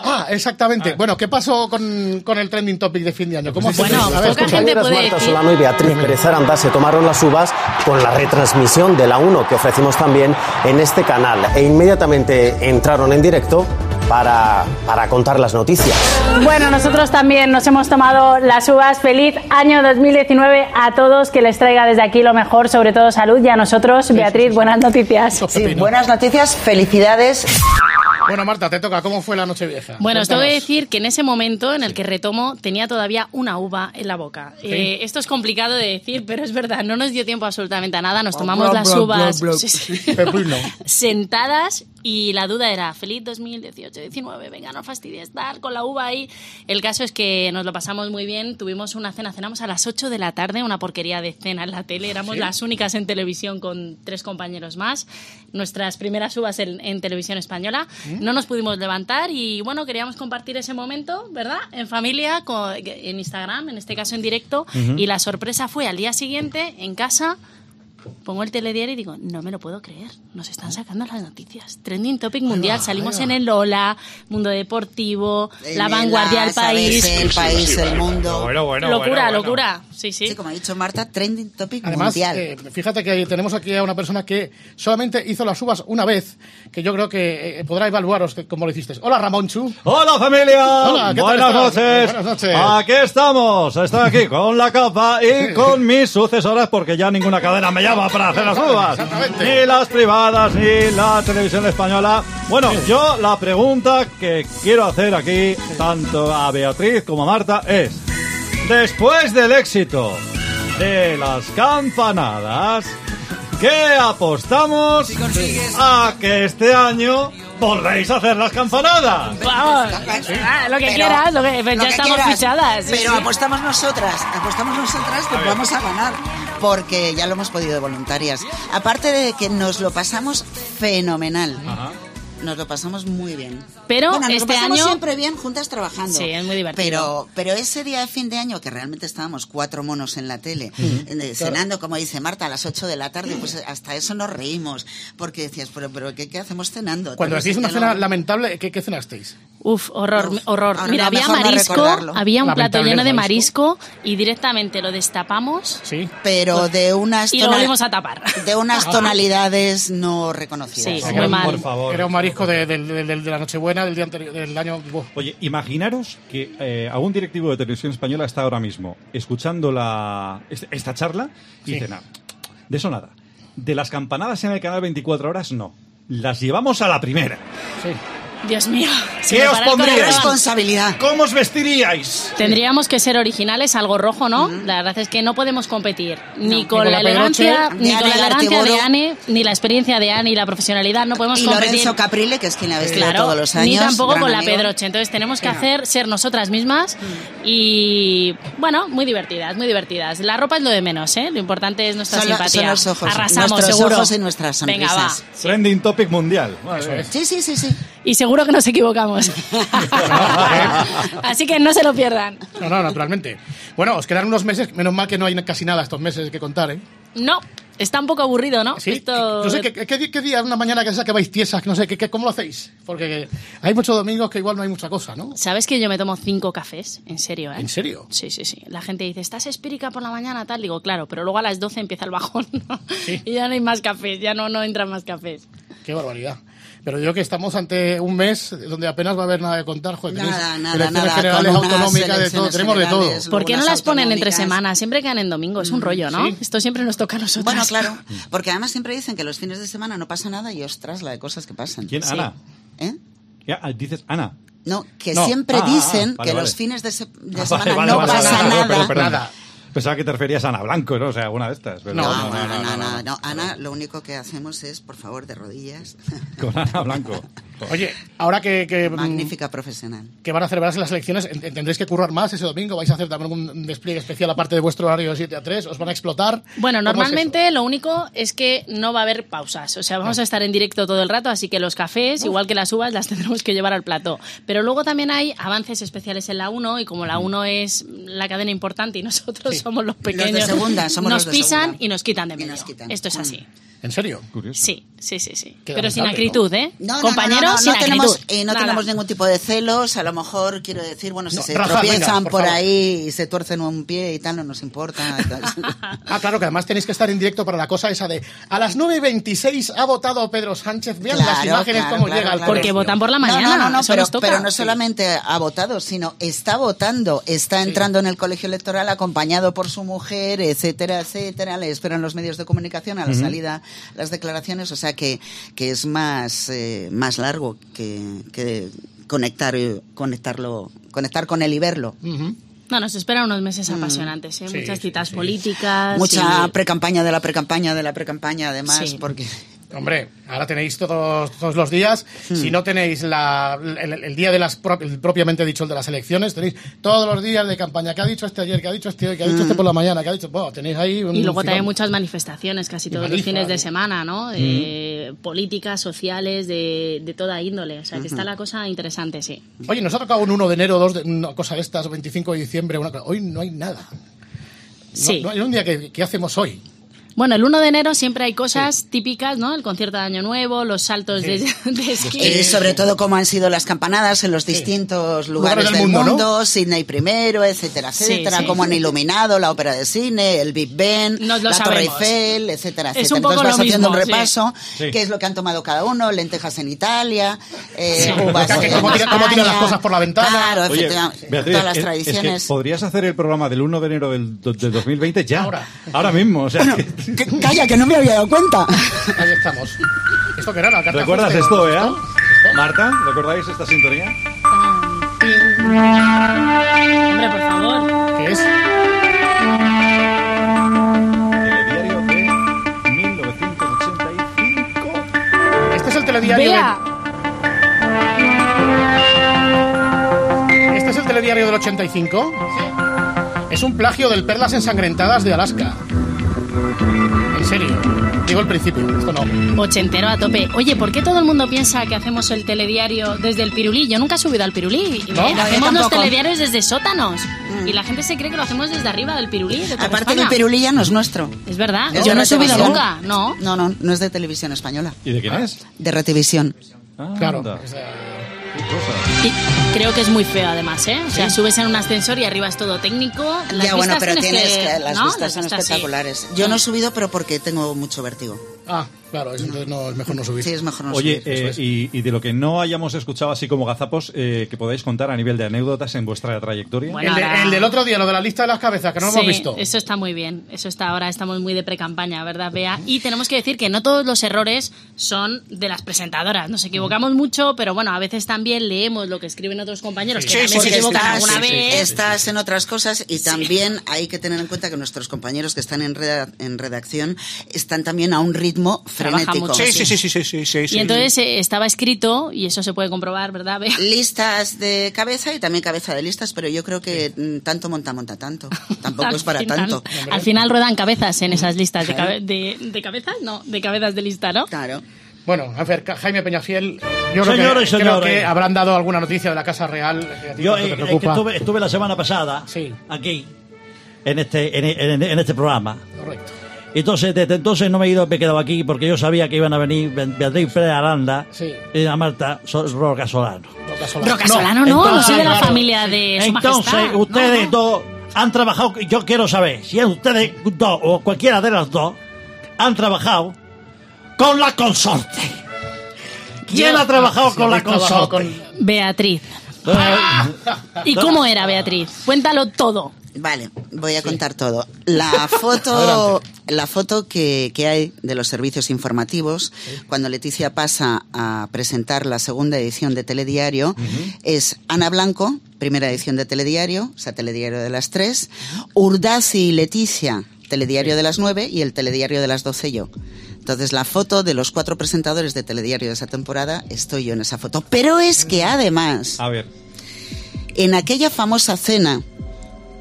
[SPEAKER 17] Ah, exactamente. Bueno, ¿qué pasó con, con el trending topic de fin de año?
[SPEAKER 6] Pues
[SPEAKER 17] ¿Cómo fue? A ver, escucha.
[SPEAKER 19] Marta Solano y Beatriz Pérez Aranda se tomaron las uvas con la retransmisión de la 1 que ofrecimos también en este canal e inmediatamente entraron en directo para, para contar las noticias.
[SPEAKER 20] Bueno, nosotros también nos hemos tomado las uvas. Feliz año 2019 a todos. Que les traiga desde aquí lo mejor, sobre todo salud. Y a nosotros, Beatriz, buenas noticias.
[SPEAKER 9] buenas noticias, felicidades.
[SPEAKER 17] Bueno, Marta, te toca. ¿Cómo fue la noche vieja?
[SPEAKER 8] Bueno, os tengo que decir que en ese momento en el que retomo tenía todavía una uva en la boca.
[SPEAKER 17] Sí.
[SPEAKER 8] Eh, esto es complicado de decir, pero es verdad, no nos dio tiempo absolutamente a nada. Nos tomamos
[SPEAKER 17] Bla,
[SPEAKER 8] las
[SPEAKER 17] bla, bla,
[SPEAKER 8] uvas
[SPEAKER 17] bla. pues
[SPEAKER 8] sí, sí,
[SPEAKER 17] Pepino.
[SPEAKER 8] sentadas y la duda era, feliz 2018, 19, venga, no fastidies, dar con la uva ahí. El caso es que nos lo pasamos muy bien, tuvimos una cena, cenamos a las 8 de la tarde, una porquería de cena en la tele,
[SPEAKER 21] Ah,
[SPEAKER 8] éramos
[SPEAKER 21] ¿Sí?
[SPEAKER 8] las únicas en televisión con tres compañeros más, nuestras primeras uvas en, en televisión española,
[SPEAKER 21] ¿Mm?
[SPEAKER 8] no nos pudimos levantar y bueno, queríamos compartir ese momento, ¿verdad? En familia, co- en Instagram, en este caso en directo,
[SPEAKER 21] Ujú.
[SPEAKER 8] y la sorpresa fue al día siguiente, en casa, Pongo el telediario y digo, no me lo puedo creer, nos están sacando las noticias. Trending Topic Mundial, salimos en el Lola, Mundo Deportivo,
[SPEAKER 9] En
[SPEAKER 8] La
[SPEAKER 9] el
[SPEAKER 8] Vanguardia, El
[SPEAKER 9] As, ABC,
[SPEAKER 8] País.
[SPEAKER 9] El País, El Mundo.
[SPEAKER 6] Bueno, bueno,
[SPEAKER 8] locura,
[SPEAKER 6] bueno, bueno.
[SPEAKER 8] locura. Sí, sí.
[SPEAKER 9] como ha dicho Marta, trending topic
[SPEAKER 4] Además,
[SPEAKER 9] mundial.
[SPEAKER 4] eh, fíjate que tenemos aquí a una persona que solamente hizo las uvas una vez, que yo creo que eh, podrá evaluaros que- cómo lo hiciste. Hola, Ramón Chu.
[SPEAKER 6] Hola familia,
[SPEAKER 4] Hola, ¿qué tal
[SPEAKER 6] buenas,
[SPEAKER 4] estás?
[SPEAKER 6] noches.
[SPEAKER 4] Buenas noches.
[SPEAKER 6] Aquí estamos, estoy aquí con la capa y con mis sucesoras porque ya ninguna cadena me llama para hacer las uvas. Ni las privadas, ni la televisión española. Bueno, yo la pregunta que quiero hacer aquí, tanto a Beatriz como a Marta, es, después del éxito de las campanadas, ¿qué apostamos a que este año volvéis a hacer las campanadas?
[SPEAKER 8] Vamos, ah, lo que
[SPEAKER 9] Pero-
[SPEAKER 8] quieras, lo que- pues
[SPEAKER 9] lo
[SPEAKER 8] ya
[SPEAKER 9] que
[SPEAKER 8] estamos
[SPEAKER 9] quieras.
[SPEAKER 8] fichadas. sí,
[SPEAKER 9] Pero
[SPEAKER 8] sí.
[SPEAKER 9] apostamos nosotras, apostamos nosotras que
[SPEAKER 8] A ver.
[SPEAKER 9] vamos a ganar, porque ya lo hemos podido de voluntarias. Aparte de que nos lo pasamos fenomenal. Nos lo pasamos muy bien.
[SPEAKER 8] Pero
[SPEAKER 9] Bueno, nos lo
[SPEAKER 8] este
[SPEAKER 9] pasamos
[SPEAKER 8] año-
[SPEAKER 9] siempre bien juntas trabajando.
[SPEAKER 8] Sí, es muy divertido.
[SPEAKER 9] Pero, pero ese día de fin de año, que realmente estábamos cuatro monos en la tele, eh, cenando, como dice Marta, a las 8 de la tarde, pues hasta eso nos reímos. Porque decías, pero, pero ¿qué, qué hacemos cenando?
[SPEAKER 4] Cuando
[SPEAKER 9] Tenemos
[SPEAKER 4] hacéis una
[SPEAKER 9] que
[SPEAKER 4] cena
[SPEAKER 9] no-
[SPEAKER 4] lamentable, ¿qué, qué cenasteis?
[SPEAKER 8] Uf, horror, horror.
[SPEAKER 9] ahora
[SPEAKER 8] Mira,
[SPEAKER 9] no,
[SPEAKER 8] había
[SPEAKER 9] mejor no
[SPEAKER 8] marisco,
[SPEAKER 9] recordarlo.
[SPEAKER 8] había un plato
[SPEAKER 9] Lamentable
[SPEAKER 8] lleno de
[SPEAKER 9] el
[SPEAKER 8] marisco y directamente lo destapamos.
[SPEAKER 4] Sí.
[SPEAKER 9] Pero de unas
[SPEAKER 8] Pues, Y lo
[SPEAKER 9] tonal-
[SPEAKER 8] volvimos a tapar.
[SPEAKER 9] De unas tonalidades no reconocidas.
[SPEAKER 8] Sí, muy Por mal.
[SPEAKER 6] favor.
[SPEAKER 4] Era un marisco de, del- del- del- de la Nochebuena, del día anterior, del año. buah.
[SPEAKER 6] Oye, imaginaros que eh, algún directivo de televisión española está ahora mismo escuchando la, est- esta charla y
[SPEAKER 4] Sí.
[SPEAKER 6] dice, "Nah, de eso nada. De las campanadas en el canal 24 horas, no. Las llevamos a la primera.
[SPEAKER 8] Dios mío. se
[SPEAKER 6] ¿Qué
[SPEAKER 8] me
[SPEAKER 6] os
[SPEAKER 8] para el
[SPEAKER 6] pondríais?
[SPEAKER 8] corazón.
[SPEAKER 6] ¿Cómo os vestiríais?
[SPEAKER 8] Tendríamos que ser originales, algo rojo, ¿no? La verdad es que no podemos competir ni
[SPEAKER 9] No.
[SPEAKER 8] con
[SPEAKER 9] Ni con
[SPEAKER 8] la
[SPEAKER 9] la
[SPEAKER 8] elegancia,
[SPEAKER 9] Pedroche, de
[SPEAKER 8] ni con la
[SPEAKER 9] Anne
[SPEAKER 8] elegancia de
[SPEAKER 9] Gartiburu.
[SPEAKER 8] Anne, ni la experiencia de Anne, ni la profesionalidad, no podemos
[SPEAKER 9] Y
[SPEAKER 8] competir.
[SPEAKER 9] Lorenzo Caprile, que es quien la ha vestido
[SPEAKER 8] Claro,
[SPEAKER 9] todos los años.
[SPEAKER 8] ni tampoco
[SPEAKER 9] gran
[SPEAKER 8] con la
[SPEAKER 9] amigo.
[SPEAKER 8] Pedroche. Entonces tenemos que
[SPEAKER 9] Sí, no.
[SPEAKER 8] hacer ser nosotras mismas y bueno, muy divertidas, muy divertidas. La ropa es lo de menos, ¿eh? Lo importante es nuestra
[SPEAKER 9] Son lo-
[SPEAKER 8] simpatía.
[SPEAKER 9] son los ojos,
[SPEAKER 8] Arrasamos
[SPEAKER 9] nuestros
[SPEAKER 8] seguro.
[SPEAKER 9] ojos y nuestras
[SPEAKER 8] Venga, va.
[SPEAKER 9] sonrisas.
[SPEAKER 6] Trending topic mundial. Vale.
[SPEAKER 9] Sí, sí, sí, sí.
[SPEAKER 8] Y seguro que nos equivocamos. Así que no se lo pierdan.
[SPEAKER 4] No, no, naturalmente. Bueno, os quedan unos meses, menos mal que no hay casi nada estos meses que contar, ¿eh?
[SPEAKER 8] No, está un poco aburrido, ¿no?
[SPEAKER 4] Sí.
[SPEAKER 8] Esto-
[SPEAKER 4] No sé, ¿qué, qué, qué día, una mañana que sea que vais tiesas, no sé, ¿qué, qué- cómo lo hacéis? Porque hay muchos domingos que igual no hay mucha cosa, ¿no?
[SPEAKER 8] ¿Sabes que yo me tomo cinco cafés? En serio, ¿eh?
[SPEAKER 4] ¿En serio?
[SPEAKER 8] Sí, sí, sí. La gente dice, ¿estás espírica por la mañana? Tal, digo, claro, pero luego a las 12 empieza el bajón. ¿no? Y ya no hay más cafés, ya no, no entran más cafés.
[SPEAKER 4] Qué barbaridad. Pero yo que estamos ante un mes donde apenas va a haber nada de contar, joder,
[SPEAKER 9] Nada,
[SPEAKER 4] tenéis
[SPEAKER 9] nada,
[SPEAKER 4] elecciones
[SPEAKER 9] nada,
[SPEAKER 4] generales
[SPEAKER 9] con unas
[SPEAKER 4] autonómicas, de todo,
[SPEAKER 9] elecciones
[SPEAKER 4] tenemos de todo.
[SPEAKER 9] generales,
[SPEAKER 8] ¿Por qué no
[SPEAKER 9] Algunas
[SPEAKER 8] las ponen entre
[SPEAKER 9] autonómicas.
[SPEAKER 8] semanas? Siempre quedan en domingo, es un rollo, ¿no?
[SPEAKER 9] sí.
[SPEAKER 8] Esto siempre nos toca a nosotros.
[SPEAKER 9] Bueno, claro, porque además siempre dicen que los fines de semana no pasa nada y ostras, la de cosas que pasan.
[SPEAKER 6] ¿Quién,
[SPEAKER 9] Sí.
[SPEAKER 6] Ana?
[SPEAKER 9] ¿Eh?
[SPEAKER 6] Ya, ah, dices, Ana.
[SPEAKER 9] No, que
[SPEAKER 6] No.
[SPEAKER 9] siempre
[SPEAKER 6] Ah, ah,
[SPEAKER 9] dicen
[SPEAKER 6] vale,
[SPEAKER 9] que
[SPEAKER 6] vale.
[SPEAKER 9] los fines de, se- de
[SPEAKER 6] Ah,
[SPEAKER 9] semana
[SPEAKER 6] vale, vale,
[SPEAKER 9] no
[SPEAKER 6] vale,
[SPEAKER 9] pasa
[SPEAKER 6] vale,
[SPEAKER 9] nada.
[SPEAKER 6] perdón, perdón, perdón. Pensaba que te referías a Ana Blanco, ¿no? O sea, alguna de estas. pero
[SPEAKER 9] No, no, no, no, no, no. Ana, lo único que hacemos es, por favor, de rodillas.
[SPEAKER 6] Con Ana Blanco.
[SPEAKER 4] Oye, ahora que, que, mm,
[SPEAKER 9] Magnífica profesional.
[SPEAKER 4] que van a celebrarse las elecciones, ent- tendréis que currar más ese domingo, vais a hacer también un despliegue especial aparte de vuestro horario de 7 a 3, os van a explotar.
[SPEAKER 8] Bueno,
[SPEAKER 4] ¿Cómo es
[SPEAKER 8] normalmente lo único es que no va a haber pausas. O sea, vamos a estar en directo todo el rato, así que los cafés, igual que las uvas, las tendremos que llevar al plató. Pero luego también hay avances especiales en la 1 y como la 1 es la cadena importante y nosotros somos los pequeños,
[SPEAKER 9] Los de segunda, somos
[SPEAKER 8] nos
[SPEAKER 9] los de
[SPEAKER 8] pisan
[SPEAKER 9] segunda.
[SPEAKER 8] y nos quitan de medio. Esto
[SPEAKER 9] Mm.
[SPEAKER 8] es así.
[SPEAKER 4] ¿En serio?
[SPEAKER 8] Sí, sí, sí, sí.
[SPEAKER 4] Qué
[SPEAKER 8] Pero sin
[SPEAKER 4] lamentable,
[SPEAKER 8] acritud, ¿eh? Compañeros,
[SPEAKER 9] no, no,
[SPEAKER 8] sin
[SPEAKER 9] no tenemos,
[SPEAKER 8] acritud.
[SPEAKER 9] eh, no
[SPEAKER 8] Nada.
[SPEAKER 9] tenemos ningún tipo de celos. A lo mejor, quiero decir, bueno, si
[SPEAKER 4] No,
[SPEAKER 9] se
[SPEAKER 4] rajas, venga,
[SPEAKER 9] tropiezan
[SPEAKER 4] por
[SPEAKER 9] por
[SPEAKER 4] favor.
[SPEAKER 9] ahí y se tuercen un pie y tal, no nos importa.
[SPEAKER 4] Ah, claro, que además tenéis que estar en directo para la cosa esa de a las 9 y 26 ha votado Pedro Sánchez. Vean las
[SPEAKER 9] Claro,
[SPEAKER 4] imágenes
[SPEAKER 9] claro,
[SPEAKER 4] cómo
[SPEAKER 9] claro,
[SPEAKER 4] llega al
[SPEAKER 9] claro.
[SPEAKER 8] Porque votan por la
[SPEAKER 9] No,
[SPEAKER 8] mañana,
[SPEAKER 9] No, no, no,
[SPEAKER 8] eso
[SPEAKER 9] pero,
[SPEAKER 8] nos toca.
[SPEAKER 9] pero no
[SPEAKER 8] Sí.
[SPEAKER 9] solamente ha votado, sino está votando, está entrando en el colegio electoral acompañado por su mujer, etcétera, etcétera. Le esperan los medios de comunicación a la
[SPEAKER 22] Ujú.
[SPEAKER 9] salida las declaraciones, o sea que, que es más, eh, más largo que, que conectar, eh, conectarlo, conectar con él y verlo.
[SPEAKER 8] No, nos esperan unos meses apasionantes, ¿eh?
[SPEAKER 9] Mm. Sí,
[SPEAKER 8] Muchas citas políticas.
[SPEAKER 9] Mucha
[SPEAKER 8] y-
[SPEAKER 9] precampaña de la precampaña de la precampaña, además,
[SPEAKER 8] Sí.
[SPEAKER 9] porque
[SPEAKER 4] Hombre, ahora tenéis todos, todos los días.
[SPEAKER 8] Hmm.
[SPEAKER 4] Si no tenéis la- el, el día de las pro- el propiamente dicho el de las elecciones, tenéis todos los días de campaña. ¿Qué ha dicho este ayer? ¿Qué ha dicho este hoy? ¿Qué ha dicho este por la mañana? ¿Qué ha dicho? Bueno, tenéis ahí un
[SPEAKER 8] Hmm. Y luego
[SPEAKER 4] filón.
[SPEAKER 8] también muchas manifestaciones, casi
[SPEAKER 4] Y
[SPEAKER 8] todos los
[SPEAKER 4] manifas,
[SPEAKER 8] fines de
[SPEAKER 4] ¿no?
[SPEAKER 8] semana, ¿no? Eh, políticas, sociales, de, de toda índole. O sea, que
[SPEAKER 4] Ujú.
[SPEAKER 8] está la cosa interesante, sí.
[SPEAKER 4] Oye, nos ha tocado un 1 de enero, 2 de, una cosa de estas, 25 de diciembre, una cosa. Hoy no hay nada. No-
[SPEAKER 8] Sí.
[SPEAKER 4] No, hay un día que, que hacemos hoy.
[SPEAKER 8] Bueno, el 1 de enero siempre hay cosas típicas, ¿no? El concierto de Año Nuevo, los saltos de, de esquí.
[SPEAKER 9] Y Eh, sobre todo cómo han sido las campanadas en los distintos lugares,
[SPEAKER 8] Lugares del
[SPEAKER 9] del
[SPEAKER 8] mundo,
[SPEAKER 9] mundo,
[SPEAKER 8] ¿no?
[SPEAKER 9] Sydney primero, etcétera,
[SPEAKER 8] Sí,
[SPEAKER 9] etcétera,
[SPEAKER 8] sí.
[SPEAKER 9] cómo han iluminado la ópera de cine, el Big Ben,
[SPEAKER 8] Nos lo
[SPEAKER 9] la
[SPEAKER 8] sabemos.
[SPEAKER 9] Torre Eiffel, etcétera,
[SPEAKER 8] Es
[SPEAKER 9] etcétera.
[SPEAKER 8] un poco
[SPEAKER 9] Entonces vas
[SPEAKER 8] lo
[SPEAKER 9] haciendo un
[SPEAKER 8] mismo, sí.
[SPEAKER 9] repaso,
[SPEAKER 8] Sí.
[SPEAKER 9] qué es lo que han tomado cada uno, lentejas en Italia, eh,
[SPEAKER 4] Sí.
[SPEAKER 9] uvas
[SPEAKER 4] Cómo
[SPEAKER 9] en
[SPEAKER 4] tiran- cómo tiran las
[SPEAKER 9] España.
[SPEAKER 4] cosas por la ventana.
[SPEAKER 9] Claro,
[SPEAKER 4] Oye,
[SPEAKER 9] efectivamente,
[SPEAKER 6] Beatriz,
[SPEAKER 9] todas las
[SPEAKER 6] es- es que
[SPEAKER 9] tradiciones.
[SPEAKER 6] podrías hacer el programa del 1 de enero del, do- del 2020 ya. Ahora. mismo. O sea, que-
[SPEAKER 23] Calla, que no me había dado cuenta.
[SPEAKER 4] Ahí estamos. ¿Esto qué era? La carta
[SPEAKER 6] ¿Recuerdas
[SPEAKER 4] fuerte?
[SPEAKER 6] esto, eh? Marta, ¿recordáis esta sintonía?
[SPEAKER 8] Hombre, por favor.
[SPEAKER 4] ¿Qué es?
[SPEAKER 6] 1985.
[SPEAKER 4] Este es el telediario.
[SPEAKER 8] Vea.
[SPEAKER 4] del- Este es el telediario del 85. Es un plagio del Perlas ensangrentadas de Alaska. En serio. Digo el principio. Esto no.
[SPEAKER 8] Ochentero a tope. Oye, ¿por qué todo el mundo piensa que hacemos el telediario desde el pirulí? Yo nunca he subido al pirulí.
[SPEAKER 9] No,
[SPEAKER 8] Eh,
[SPEAKER 9] no, yo
[SPEAKER 8] hacemos los
[SPEAKER 9] tampoco. Mm.
[SPEAKER 8] telediarios desde sótanos. Y la gente se cree que lo hacemos desde arriba del pirulí. de toda
[SPEAKER 9] Aparte el
[SPEAKER 8] España.
[SPEAKER 9] pirulí ya no es nuestro.
[SPEAKER 8] Es verdad.
[SPEAKER 9] Es
[SPEAKER 8] Yo
[SPEAKER 9] de
[SPEAKER 8] no he subido
[SPEAKER 9] Retevisión.
[SPEAKER 8] nunca, ¿no?
[SPEAKER 9] No, no, no es de televisión española.
[SPEAKER 6] ¿Y de quién es? Ah,
[SPEAKER 9] De Retevisión.
[SPEAKER 4] Claro.
[SPEAKER 8] Y creo que es muy feo además, ¿eh? O sea, subes en un ascensor y arriba es todo técnico. Las
[SPEAKER 9] ya, bueno,
[SPEAKER 8] vistas
[SPEAKER 9] pero tienes que, las
[SPEAKER 8] ¿no?
[SPEAKER 9] vistas son
[SPEAKER 8] Las sí.
[SPEAKER 9] espectaculares. Yo no he subido, pero porque tengo mucho vértigo.
[SPEAKER 4] Ah, claro. es- Entonces no, es mejor no subir.
[SPEAKER 9] Sí, es mejor no
[SPEAKER 6] Oye,
[SPEAKER 9] subir.
[SPEAKER 6] eh, y, y de lo que no hayamos escuchado así como gazapos, eh, que podáis contar a nivel de anécdotas en vuestra trayectoria.
[SPEAKER 4] el, de- el del otro día, lo de la lista de las cabezas, que no lo
[SPEAKER 8] Sí,
[SPEAKER 4] hemos visto.
[SPEAKER 8] Eso está muy bien. Eso está ahora, estamos muy de pre-campaña, ¿verdad, Bea? Y tenemos que decir que no todos los errores son de las presentadoras. Nos equivocamos mucho, pero bueno, a veces también leemos lo que escriben otros compañeros que también se equivocan
[SPEAKER 9] estás,
[SPEAKER 8] alguna vez.
[SPEAKER 9] estás en otras cosas y también hay que tener en cuenta que nuestros compañeros que están en, reda- en redacción están también a un ritmo
[SPEAKER 8] Trabaja
[SPEAKER 9] frenético.
[SPEAKER 8] mucho. Sí, sí, sí,
[SPEAKER 24] sí, sí,
[SPEAKER 8] Y entonces eh, estaba escrito, y eso se puede comprobar, ¿verdad, Bea?
[SPEAKER 9] Listas de cabeza y también cabeza de listas, pero yo creo que mm, tanto monta, monta tanto. Tampoco
[SPEAKER 8] Al
[SPEAKER 9] es para
[SPEAKER 8] final-
[SPEAKER 9] tanto.
[SPEAKER 8] Al final ruedan cabezas en esas listas de,
[SPEAKER 9] Claro.
[SPEAKER 8] cabe- de, de cabezas, no, de cabezas de lista, ¿no?
[SPEAKER 9] Claro.
[SPEAKER 4] Bueno, a ver, Ca- Jaime Peñafiel, yo creo, que,
[SPEAKER 3] Señores,
[SPEAKER 4] creo
[SPEAKER 3] señores.
[SPEAKER 4] que habrán dado alguna noticia de la Casa Real. que a ti
[SPEAKER 3] Yo
[SPEAKER 4] tanto
[SPEAKER 3] eh,
[SPEAKER 4] te
[SPEAKER 3] eh, que
[SPEAKER 4] preocupa.
[SPEAKER 3] estuve, estuve la semana pasada aquí, en este, en, en- en este programa.
[SPEAKER 4] Correcto.
[SPEAKER 3] Entonces, desde entonces no me he ido, me he quedado aquí porque yo sabía que iban a venir Ben- Beatriz Pérez Aranda
[SPEAKER 4] Sí.
[SPEAKER 3] y a Marta Sol- Roca Solano.
[SPEAKER 4] Roca Solano.
[SPEAKER 8] Roca Solano no, no soy de la familia de Eh, su
[SPEAKER 3] Entonces,
[SPEAKER 8] majestad. No,
[SPEAKER 3] ustedes dos han trabajado, yo quiero saber si ustedes dos o cualquiera de las dos han trabajado con la consorte. ¿Quién
[SPEAKER 8] Yo-
[SPEAKER 3] ha trabajado
[SPEAKER 8] Si
[SPEAKER 3] con la
[SPEAKER 8] habéis trabajado
[SPEAKER 3] consorte?
[SPEAKER 8] Beatriz. ¿Y cómo era Beatriz? Cuéntalo todo.
[SPEAKER 9] Vale, voy a contar todo. La foto, la foto que, que hay de los servicios informativos, cuando Leticia pasa a presentar la segunda edición de Telediario, es Ana Blanco, primera edición de Telediario, o sea, Telediario de las tres, Urdazi y Leticia, Telediario de las nueve, y el Telediario de las doce yo. Entonces, la foto de los cuatro presentadores de Telediario de esa temporada, estoy yo en esa foto. Pero es que además,
[SPEAKER 6] A ver,
[SPEAKER 9] en aquella famosa cena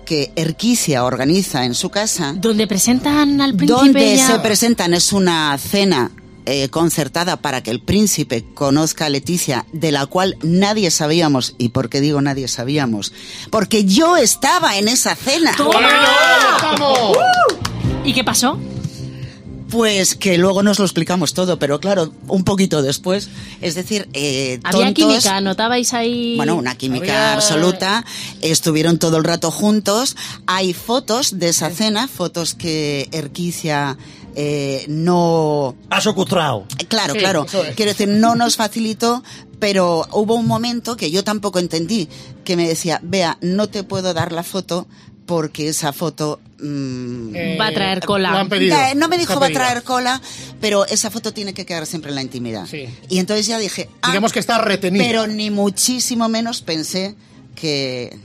[SPEAKER 9] que Erquicia organiza en su casa,
[SPEAKER 8] Donde presentan al príncipe
[SPEAKER 9] donde
[SPEAKER 8] y a-
[SPEAKER 9] se presentan es una cena eh, concertada para que el príncipe conozca a Leticia, de la cual nadie sabíamos, y por qué digo nadie sabíamos, porque yo estaba en esa cena.
[SPEAKER 8] ¡Toma!
[SPEAKER 4] ¡Estamos!
[SPEAKER 8] ¿Y qué pasó?
[SPEAKER 9] Pues que luego nos lo explicamos todo, pero claro, un poquito después. Es decir, eh,
[SPEAKER 8] Había
[SPEAKER 9] tontos-
[SPEAKER 8] química, notabais ahí.
[SPEAKER 9] Bueno, una química
[SPEAKER 8] Había-
[SPEAKER 9] absoluta. Estuvieron todo el rato juntos. Hay fotos de esa cena, fotos que Erquicia eh, no. Eh,
[SPEAKER 3] Has ocultado.
[SPEAKER 9] Claro,
[SPEAKER 3] Sí,
[SPEAKER 9] claro.
[SPEAKER 3] eso es.
[SPEAKER 9] Quiero decir, no nos facilitó, pero hubo un momento que yo tampoco entendí, que me decía, vea, no te puedo dar la foto porque esa foto. mm,
[SPEAKER 8] Eh, Va a traer cola.
[SPEAKER 4] lo han pedido.
[SPEAKER 9] Eh, no me
[SPEAKER 4] Lo
[SPEAKER 9] dijo
[SPEAKER 4] han
[SPEAKER 9] va a
[SPEAKER 4] pedido.
[SPEAKER 9] traer cola, pero esa foto tiene que quedar siempre en la intimidad. Y entonces ya dije, ah,
[SPEAKER 4] Digamos que está retenida.
[SPEAKER 9] Pero ni muchísimo menos pensé que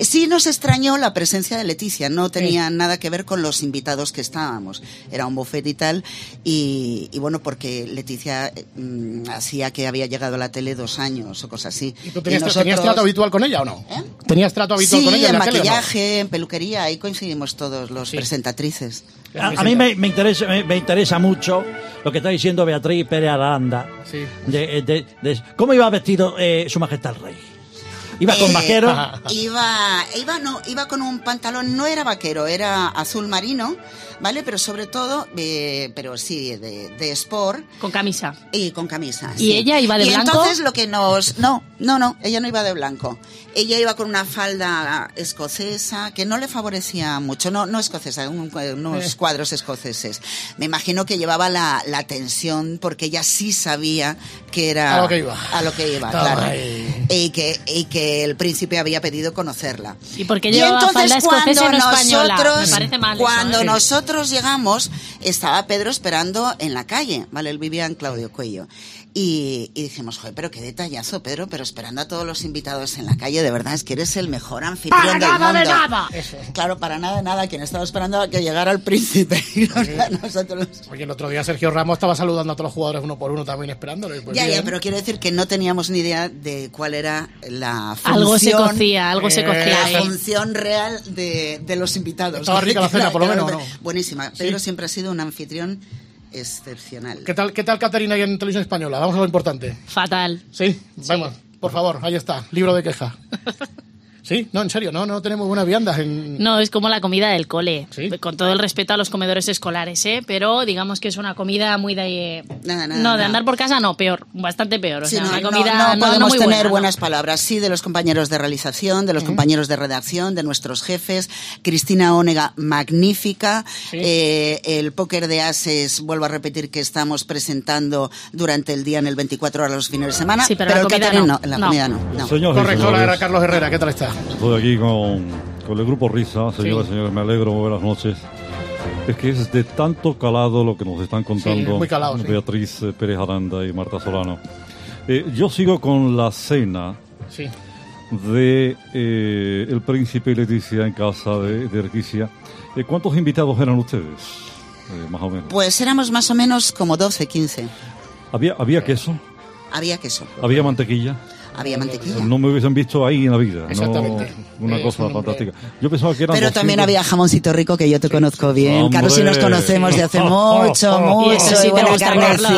[SPEAKER 9] sí nos extrañó la presencia de Leticia, no tenía nada que ver con los invitados que estábamos. Era un buffet y tal y, y bueno, porque Leticia eh, mm, hacía que había llegado a la tele dos años o cosas así.
[SPEAKER 4] ¿Tú tenías,
[SPEAKER 9] Y
[SPEAKER 4] tenías
[SPEAKER 9] nosotros- ¿Eh?
[SPEAKER 4] trato habitual con ella o no? ¿Tenías trato habitual
[SPEAKER 9] Sí,
[SPEAKER 4] con ella?
[SPEAKER 9] en
[SPEAKER 4] la tele o no?
[SPEAKER 9] maquillaje, en peluquería, ahí coincidimos todos los presentatrices.
[SPEAKER 3] A, a mí me, me interesa, me, me interesa mucho lo que está diciendo Beatriz Pérez Aranda.
[SPEAKER 4] Sí.
[SPEAKER 3] De, de- de- ¿Cómo iba vestido eh, su majestad el rey? ¿Iba con
[SPEAKER 9] Eh,
[SPEAKER 3] vaquero?
[SPEAKER 8] ah,
[SPEAKER 9] Iba, iba, no, iba con un pantalón, no era vaquero, era azul marino, ¿vale? Pero sobre todo, eh, pero sí, de, de sport.
[SPEAKER 8] Con camisa.
[SPEAKER 9] Y con camisa.
[SPEAKER 8] ¿Y ella iba de
[SPEAKER 9] Y
[SPEAKER 8] blanco?
[SPEAKER 9] entonces lo que nos... No, no, no, ella no iba de blanco. Ella iba con una falda escocesa que no le favorecía mucho, no, no escocesa, un- unos
[SPEAKER 25] Eh.
[SPEAKER 9] cuadros escoceses. Me imagino que llevaba la, la tensión porque ella sí sabía que era...
[SPEAKER 4] A lo que iba.
[SPEAKER 9] A lo que iba,
[SPEAKER 4] Toma
[SPEAKER 9] claro.
[SPEAKER 4] ahí.
[SPEAKER 9] Y que, y que el príncipe había pedido conocerla.
[SPEAKER 8] ¿Y por qué llevaba falda escocesa y no española?
[SPEAKER 9] nosotros-
[SPEAKER 8] Me parece mal eso,
[SPEAKER 9] Cuando
[SPEAKER 8] ¿eh?
[SPEAKER 9] nosotros llegamos, estaba Pedro esperando en la calle, ¿vale? Él vivía en Claudio Cuello. Y, y dijimos, joder, pero qué detallazo, Pedro, pero esperando a todos los invitados en la calle, de verdad es que eres el mejor anfitrión
[SPEAKER 7] ¡Para
[SPEAKER 9] del
[SPEAKER 7] nada de
[SPEAKER 9] mundo.
[SPEAKER 7] nada!
[SPEAKER 9] Claro, para nada de nada, quien estaba esperando a que llegara el príncipe. Y nosotros...
[SPEAKER 4] Oye, el otro día Sergio Ramos estaba saludando a todos los jugadores uno por uno también esperándolo. y pues
[SPEAKER 9] ya,
[SPEAKER 4] bien.
[SPEAKER 9] ya, pero quiero decir que no teníamos ni idea de cuál era la función.
[SPEAKER 8] Algo se cocía, algo se cocía
[SPEAKER 7] Eh,
[SPEAKER 9] La
[SPEAKER 8] ahí.
[SPEAKER 9] función real de, de los invitados.
[SPEAKER 4] Estaba rica la cena, por lo menos, ¿o no?
[SPEAKER 9] Buenísima. Pedro siempre ha sido un anfitrión excepcional.
[SPEAKER 4] ¿Qué tal, qué tal Caterina ahí en Televisión Española? Vamos a lo importante.
[SPEAKER 8] Fatal.
[SPEAKER 4] Sí, vamos, por favor, ahí está, libro de queja. ¿Sí? No, en serio, no, no tenemos buenas viandas en...
[SPEAKER 8] No, es como la comida del cole. Con todo el respeto a los comedores escolares, ¿eh? Pero digamos que es una comida muy de... eh,
[SPEAKER 9] Nada, nada,
[SPEAKER 8] no, de
[SPEAKER 9] nada.
[SPEAKER 8] andar por casa no, peor. Bastante peor. O
[SPEAKER 9] Sí,
[SPEAKER 8] sea,
[SPEAKER 9] no,
[SPEAKER 8] una
[SPEAKER 9] no,
[SPEAKER 8] comida
[SPEAKER 9] no
[SPEAKER 8] no, no
[SPEAKER 9] podemos
[SPEAKER 8] muy
[SPEAKER 9] tener
[SPEAKER 8] buena, ¿no?
[SPEAKER 9] buenas palabras, sí, de los compañeros de realización, de los compañeros de redacción, de nuestros jefes. Cristina Ónega, magnífica. Eh, el póker de ases, vuelvo a repetir que estamos presentando durante el día en el 24 horas los fines de semana.
[SPEAKER 4] Sí, pero la
[SPEAKER 9] el
[SPEAKER 4] comida
[SPEAKER 9] catering
[SPEAKER 4] no.
[SPEAKER 9] en la
[SPEAKER 4] No.
[SPEAKER 9] comida no. no.
[SPEAKER 14] Señor,
[SPEAKER 4] Correctora
[SPEAKER 14] señores.
[SPEAKER 4] era Carlos Herrera, ¿qué tal está?
[SPEAKER 14] Estoy aquí con, con el grupo Risa, señoras y señores, me alegro, buenas noches. Es que es de tanto calado lo que nos están contando
[SPEAKER 4] muy calado, sí.
[SPEAKER 14] Beatriz eh, Pérez Aranda y Marta Solano. Eh, yo sigo con la cena
[SPEAKER 4] Sí.
[SPEAKER 14] de eh, el príncipe y Leticia en casa de, de Erquicia. Eh, ¿Cuántos invitados eran ustedes? Eh, más o menos.
[SPEAKER 9] Pues éramos más o menos como 12, 15.
[SPEAKER 14] ¿Había, había queso?
[SPEAKER 9] Había queso,
[SPEAKER 14] ¿Había mantequilla?
[SPEAKER 9] había mantequilla.
[SPEAKER 14] No me hubiesen visto ahí en la vida. ¿no?
[SPEAKER 9] Exactamente. Eh,
[SPEAKER 14] Una cosa fantástica. Yo pensaba que eran
[SPEAKER 9] Pero también
[SPEAKER 14] 200.
[SPEAKER 9] había jamoncito rico que yo te conozco bien.
[SPEAKER 14] Hombre.
[SPEAKER 9] Carlos y nos conocemos de hace mucho,
[SPEAKER 14] Y eso
[SPEAKER 9] mucho.
[SPEAKER 14] sí
[SPEAKER 9] Y
[SPEAKER 14] te
[SPEAKER 9] buena
[SPEAKER 14] gusta, Carlos,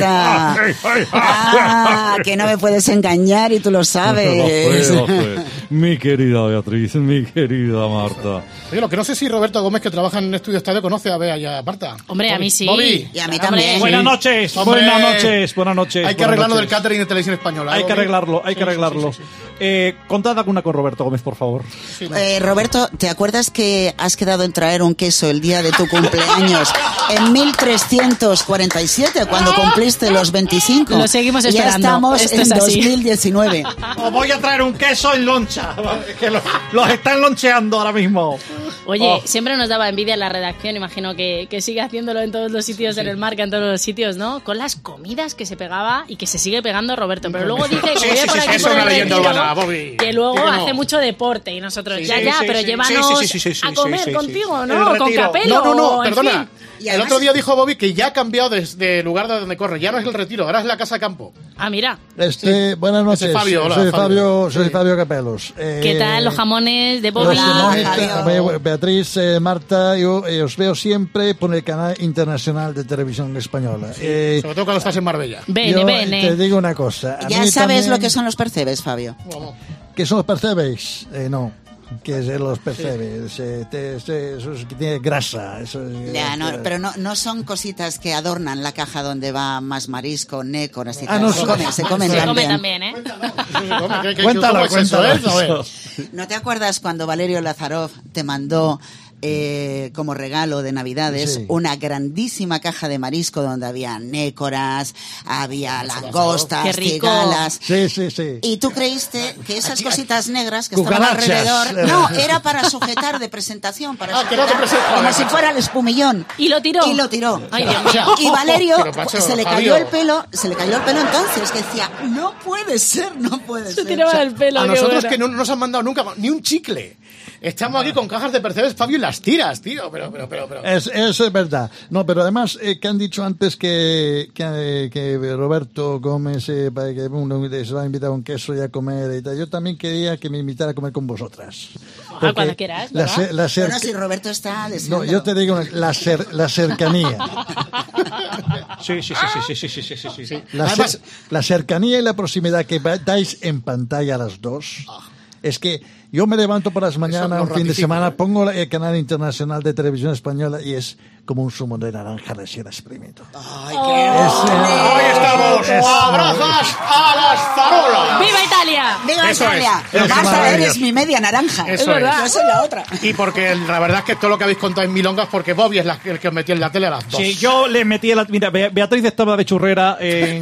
[SPEAKER 9] carnecita. Ah, que no me puedes engañar y tú lo sabes.
[SPEAKER 14] Lo fue, lo fue. Mi querida Beatriz, mi querida Marta.
[SPEAKER 4] Oye, lo que no sé si Roberto Gómez, que trabaja en Estudio Estadio, conoce a Bea y a Marta.
[SPEAKER 8] Hombre, a mí sí.
[SPEAKER 4] Bobby.
[SPEAKER 8] Y a mí Hombre. también.
[SPEAKER 14] Buenas noches,
[SPEAKER 4] Hombre.
[SPEAKER 14] buenas noches, buenas noches.
[SPEAKER 4] Hay que
[SPEAKER 14] buenas
[SPEAKER 4] arreglarlo del
[SPEAKER 14] noches.
[SPEAKER 4] catering de Televisión Española. ¿eh,
[SPEAKER 14] Hay que
[SPEAKER 4] Bobby?
[SPEAKER 14] arreglarlo,
[SPEAKER 4] Sí,
[SPEAKER 14] hay
[SPEAKER 4] sí,
[SPEAKER 14] que arreglarlo. Eh, contad alguna con Roberto Gómez, por favor.
[SPEAKER 9] Eh, Roberto, ¿te acuerdas que has quedado en traer un queso el día de tu cumpleaños? En 1347, cuando cumpliste los 25.
[SPEAKER 8] Lo seguimos
[SPEAKER 9] Ya
[SPEAKER 8] esperando.
[SPEAKER 9] estamos
[SPEAKER 8] Esto
[SPEAKER 9] en
[SPEAKER 8] es así.
[SPEAKER 9] 2019.
[SPEAKER 14] Os voy a traer un queso en loncha. Que lo- los están loncheando ahora mismo.
[SPEAKER 8] Oye,
[SPEAKER 14] Oh.
[SPEAKER 8] siempre nos daba envidia en la redacción, imagino que, que sigue haciéndolo en todos los sitios, en el marca, en todos los sitios, ¿no? Con las comidas que se pegaba y que se sigue pegando Roberto. Pero luego dice
[SPEAKER 4] Sí,
[SPEAKER 8] que
[SPEAKER 4] sí, sí,
[SPEAKER 8] por
[SPEAKER 4] sí,
[SPEAKER 8] aquí
[SPEAKER 4] es
[SPEAKER 8] por
[SPEAKER 4] una
[SPEAKER 8] el
[SPEAKER 4] leyenda
[SPEAKER 8] retiro,
[SPEAKER 4] urbana, Bobby.
[SPEAKER 8] que luego
[SPEAKER 4] Sí que no.
[SPEAKER 8] hace mucho deporte y nosotros,
[SPEAKER 4] Sí,
[SPEAKER 8] ya,
[SPEAKER 4] sí,
[SPEAKER 8] ya,
[SPEAKER 4] sí,
[SPEAKER 8] pero
[SPEAKER 4] sí,
[SPEAKER 8] llévanos
[SPEAKER 4] sí, sí, sí, sí, sí,
[SPEAKER 8] a
[SPEAKER 4] sí,
[SPEAKER 8] comer
[SPEAKER 4] sí, sí,
[SPEAKER 8] contigo,
[SPEAKER 4] sí.
[SPEAKER 8] ¿no? Con capelo.
[SPEAKER 4] No, no, no,
[SPEAKER 8] en
[SPEAKER 4] perdona.
[SPEAKER 8] fin.
[SPEAKER 4] El otro día dijo Bobby que ya ha cambiado de, de lugar de donde corre. Ya no es el retiro, ahora es la casa campo.
[SPEAKER 8] Ah, mira.
[SPEAKER 10] Este, Buenas noches.
[SPEAKER 4] Ese Fabio, hola,
[SPEAKER 10] soy
[SPEAKER 4] Fabio.
[SPEAKER 10] Fabio, soy Fabio Capelos. Eh,
[SPEAKER 8] ¿Qué tal los jamones de Bobby?
[SPEAKER 10] los jamones, eh, Beatriz, eh, Marta, yo eh, os veo siempre por el canal internacional de televisión española. Eh,
[SPEAKER 4] Sobre todo cuando estás en Marbella.
[SPEAKER 10] yo eh, Te digo una cosa.
[SPEAKER 9] Ya sabes lo que son los percebes, Fabio.
[SPEAKER 10] ¿Qué son los percebes? Eh, no. Que es los percebes. eh, te- te- eso es que tiene grasa. Eso es-
[SPEAKER 9] Ya, no, pero no, no son cositas que adornan la caja donde va más marisco, nécoras y
[SPEAKER 10] Ah,
[SPEAKER 9] tal.
[SPEAKER 10] no,
[SPEAKER 9] se
[SPEAKER 10] son-
[SPEAKER 9] comen, se comen
[SPEAKER 10] se
[SPEAKER 9] también.
[SPEAKER 8] ¿eh?
[SPEAKER 10] Cuéntalo,
[SPEAKER 4] ¿Cómo es eso,
[SPEAKER 10] cuéntalo.
[SPEAKER 4] eh? A ver.
[SPEAKER 9] ¿No te acuerdas cuando Valerio Lazarov te mandó eh, como regalo de Navidades
[SPEAKER 25] Sí.
[SPEAKER 9] una grandísima caja de marisco donde había nécoras, había
[SPEAKER 25] Qué
[SPEAKER 9] langostas,
[SPEAKER 25] rico.
[SPEAKER 9] cigalas?
[SPEAKER 10] Sí, sí, sí.
[SPEAKER 9] Y tú creíste que esas cositas negras que estaban
[SPEAKER 10] Cucarachas.
[SPEAKER 9] alrededor. No, era para sujetar de presentación. Para
[SPEAKER 10] que no te
[SPEAKER 9] sujetar,
[SPEAKER 10] presenta-
[SPEAKER 9] como si fuera el espumillón.
[SPEAKER 8] Y lo tiró.
[SPEAKER 9] Y lo tiró.
[SPEAKER 8] Ay, Dios mío.
[SPEAKER 9] Y Valerio
[SPEAKER 8] Pero, macho,
[SPEAKER 9] se le
[SPEAKER 8] Fabio.
[SPEAKER 9] cayó el pelo, se le cayó el pelo entonces, que decía, no puede ser, no puede ser.
[SPEAKER 8] tiraba el pelo,
[SPEAKER 4] A
[SPEAKER 8] qué
[SPEAKER 4] nosotros
[SPEAKER 8] bueno.
[SPEAKER 4] que no nos han mandado nunca ni un chicle. Estamos aquí con cajas de percebes, Fabio, y las tiras, tío. Pero, pero, pero,
[SPEAKER 14] Eh,
[SPEAKER 4] pero.
[SPEAKER 10] Es, eso es verdad. No, pero además, eh, que han dicho antes que, que, que Roberto Gómez eh, para que uno se va a invitar a un queso y a comer y tal. Yo también quería que me invitara a comer con vosotras. Porque
[SPEAKER 9] Ah, cuando quieras,
[SPEAKER 10] La,
[SPEAKER 9] ¿verdad?
[SPEAKER 10] cer- la cer-
[SPEAKER 9] Bueno, si Roberto está
[SPEAKER 10] no,
[SPEAKER 9] deseando.
[SPEAKER 10] yo te digo, una- la, cer- la cercanía.
[SPEAKER 6] Sí, sí, sí, sí, sí, sí, sí, sí, sí.
[SPEAKER 10] La, cer- la cercanía y la proximidad que va- dais en pantalla a las dos es que Yo me levanto por las mañanas,
[SPEAKER 17] lo
[SPEAKER 10] un fin de
[SPEAKER 17] ratifico,
[SPEAKER 10] semana, pongo la- el canal internacional de televisión española y es como un zumo de naranja recién exprimido.
[SPEAKER 4] Hoy estamos.
[SPEAKER 10] Es-
[SPEAKER 4] Abrazas a las farolas.
[SPEAKER 8] ¡Viva Italia!
[SPEAKER 4] ¡Viva Eso Italia! es. Eso
[SPEAKER 26] Vas
[SPEAKER 4] es.
[SPEAKER 26] a ver, es mi media naranja.
[SPEAKER 4] Eso Es verdad. es.
[SPEAKER 26] Yo soy la otra.
[SPEAKER 4] Y porque la verdad es que todo lo que habéis contado en milongas, porque Bobby es la- el que os metió en la tele a las dos.
[SPEAKER 6] Sí, yo le metí a la... Mira, Be- Beatriz estaba de churrera en...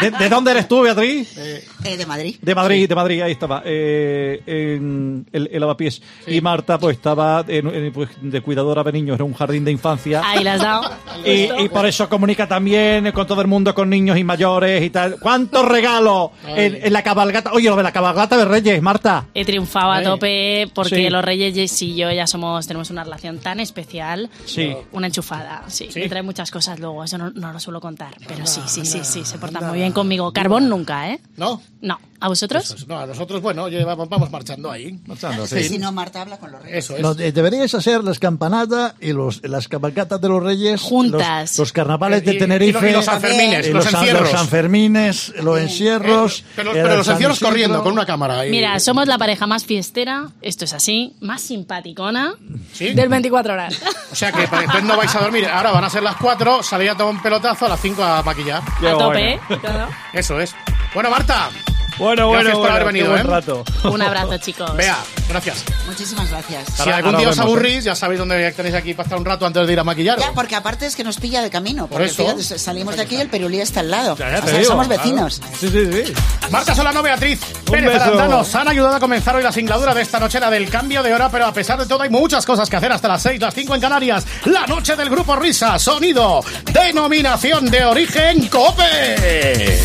[SPEAKER 6] ¿De, de dónde eres tú, Beatriz?
[SPEAKER 26] Eh, de Madrid.
[SPEAKER 6] De Madrid, de Madrid, ahí estaba, eh, en el, el lavapiés. Y Marta, pues, estaba en- en, pues, de cuidadora de niños, era un jardín de infancia.
[SPEAKER 8] Ahí las has dado.
[SPEAKER 6] Y, y por eso comunica también eh, con todo el mundo, con niños y mayores y tal. ¿Cuántos regalos en, en la cabalgata? Oye, lo de la cabalgata de Reyes, Marta.
[SPEAKER 8] He triunfado a
[SPEAKER 6] Eh.
[SPEAKER 8] tope porque
[SPEAKER 6] Sí.
[SPEAKER 8] los Reyes Jess y yo ya somos tenemos una relación tan especial.
[SPEAKER 6] Sí.
[SPEAKER 8] Una enchufada, sí. Me trae muchas cosas luego, eso no, no lo suelo contar. Pero sí, sí, sí, sí, se porta muy bien conmigo. Carbón nunca, ¿eh?
[SPEAKER 4] ¿No?
[SPEAKER 8] No. ¿A vosotros?
[SPEAKER 4] Eso es. No, a nosotros, bueno, oye, vamos, vamos marchando ahí.
[SPEAKER 6] Marchando,
[SPEAKER 26] Sí, Si no, Marta habla con los reyes.
[SPEAKER 4] Eso es.
[SPEAKER 10] No, eh, deberíais hacer las campanadas y los, las cabalgatas de los Reyes.
[SPEAKER 8] Juntas.
[SPEAKER 10] Los, los carnavales
[SPEAKER 4] Eh, Y-
[SPEAKER 10] de
[SPEAKER 4] y-
[SPEAKER 10] Tenerife.
[SPEAKER 4] y los Sanfermines,
[SPEAKER 10] y
[SPEAKER 4] los
[SPEAKER 10] San-
[SPEAKER 4] encierros. Eh,
[SPEAKER 10] Los Sanfermines, los encierros.
[SPEAKER 4] Pero,
[SPEAKER 10] eh,
[SPEAKER 4] pero
[SPEAKER 10] el
[SPEAKER 4] los
[SPEAKER 10] San
[SPEAKER 4] ancianos
[SPEAKER 10] Isidro.
[SPEAKER 4] corriendo con una cámara. ahí.
[SPEAKER 8] Mira, somos la pareja más fiestera, esto es así, más simpaticona del 24 horas.
[SPEAKER 4] O sea que para- entonces no vais a dormir. Ahora van a ser las 4, salid a tomar un pelotazo a las 5 a maquillar.
[SPEAKER 6] Qué A tope, bueno. ¿eh?
[SPEAKER 4] Eso es. Bueno, Marta.
[SPEAKER 6] Bueno, bueno,
[SPEAKER 4] Gracias por
[SPEAKER 6] bueno,
[SPEAKER 4] haber
[SPEAKER 6] qué
[SPEAKER 4] venido,
[SPEAKER 6] buen
[SPEAKER 4] ¿eh?
[SPEAKER 6] rato.
[SPEAKER 8] Un abrazo, chicos.
[SPEAKER 4] Vea, gracias.
[SPEAKER 26] Muchísimas gracias.
[SPEAKER 4] Si algún día os aburrís, ya sabéis dónde tenéis aquí para estar un rato antes de ir a maquillar.
[SPEAKER 26] Ya, porque aparte es que nos pilla de camino.
[SPEAKER 4] Por
[SPEAKER 26] Porque
[SPEAKER 4] eso.
[SPEAKER 26] fíjate, salimos de aquí y el Perulí está al lado.
[SPEAKER 4] ya
[SPEAKER 26] o
[SPEAKER 4] te
[SPEAKER 26] sea,
[SPEAKER 4] digo,
[SPEAKER 26] somos
[SPEAKER 4] claro.
[SPEAKER 26] vecinos.
[SPEAKER 6] Sí, sí, sí.
[SPEAKER 4] Marta Solano, Beatriz Pérez
[SPEAKER 6] beso.
[SPEAKER 4] Aranda nos han ayudado a comenzar hoy la singladura de esta nochera del cambio de hora, pero a pesar de todo hay muchas cosas que hacer hasta las 6, las 5 en Canarias. La noche del grupo Risa, sonido, denominación de origen COPE.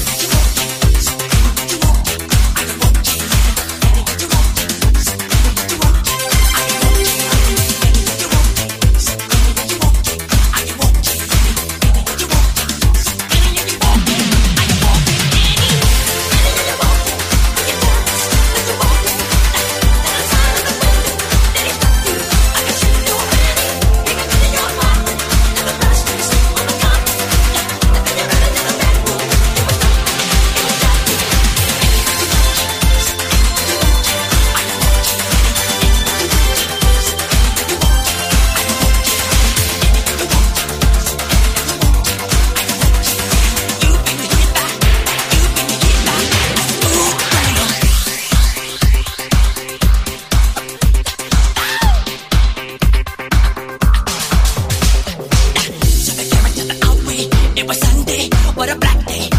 [SPEAKER 7] It was Sunday, what a black day.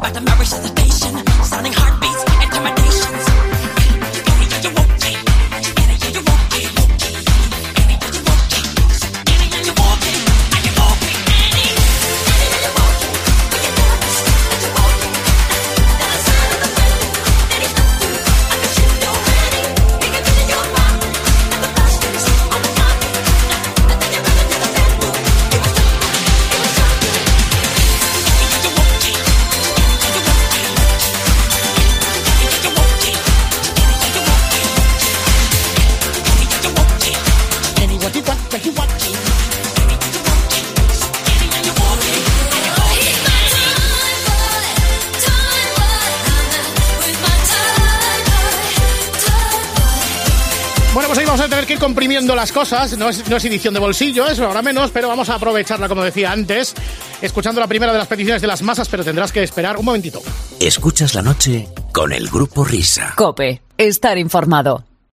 [SPEAKER 7] By the marriage of the nation, sounding heartbeats and terminations. Annie, yeah, you woke me. Annie, yeah, you woke me. Annie, yeah, you woke me. Annie, yeah, you woke me. Are you woke me, Annie? Annie, yeah, you woke me. Will you dance? That you woke me. Now the sound of the wind, that it's up to you. I can shoot you already. Think it's in your mind. Now the flashlights on the gun. I think you're better than the bad boy. You were so
[SPEAKER 4] Bueno, pues ahí vamos a tener que ir comprimiendo las cosas. No es, no es edición de bolsillo, eso ahora menos, pero vamos a aprovecharla, como decía antes, escuchando la primera de las peticiones de las masas, pero tendrás que esperar un momentito.
[SPEAKER 1] Escuchas la noche con el grupo Risa.
[SPEAKER 2] Cope, estar informado.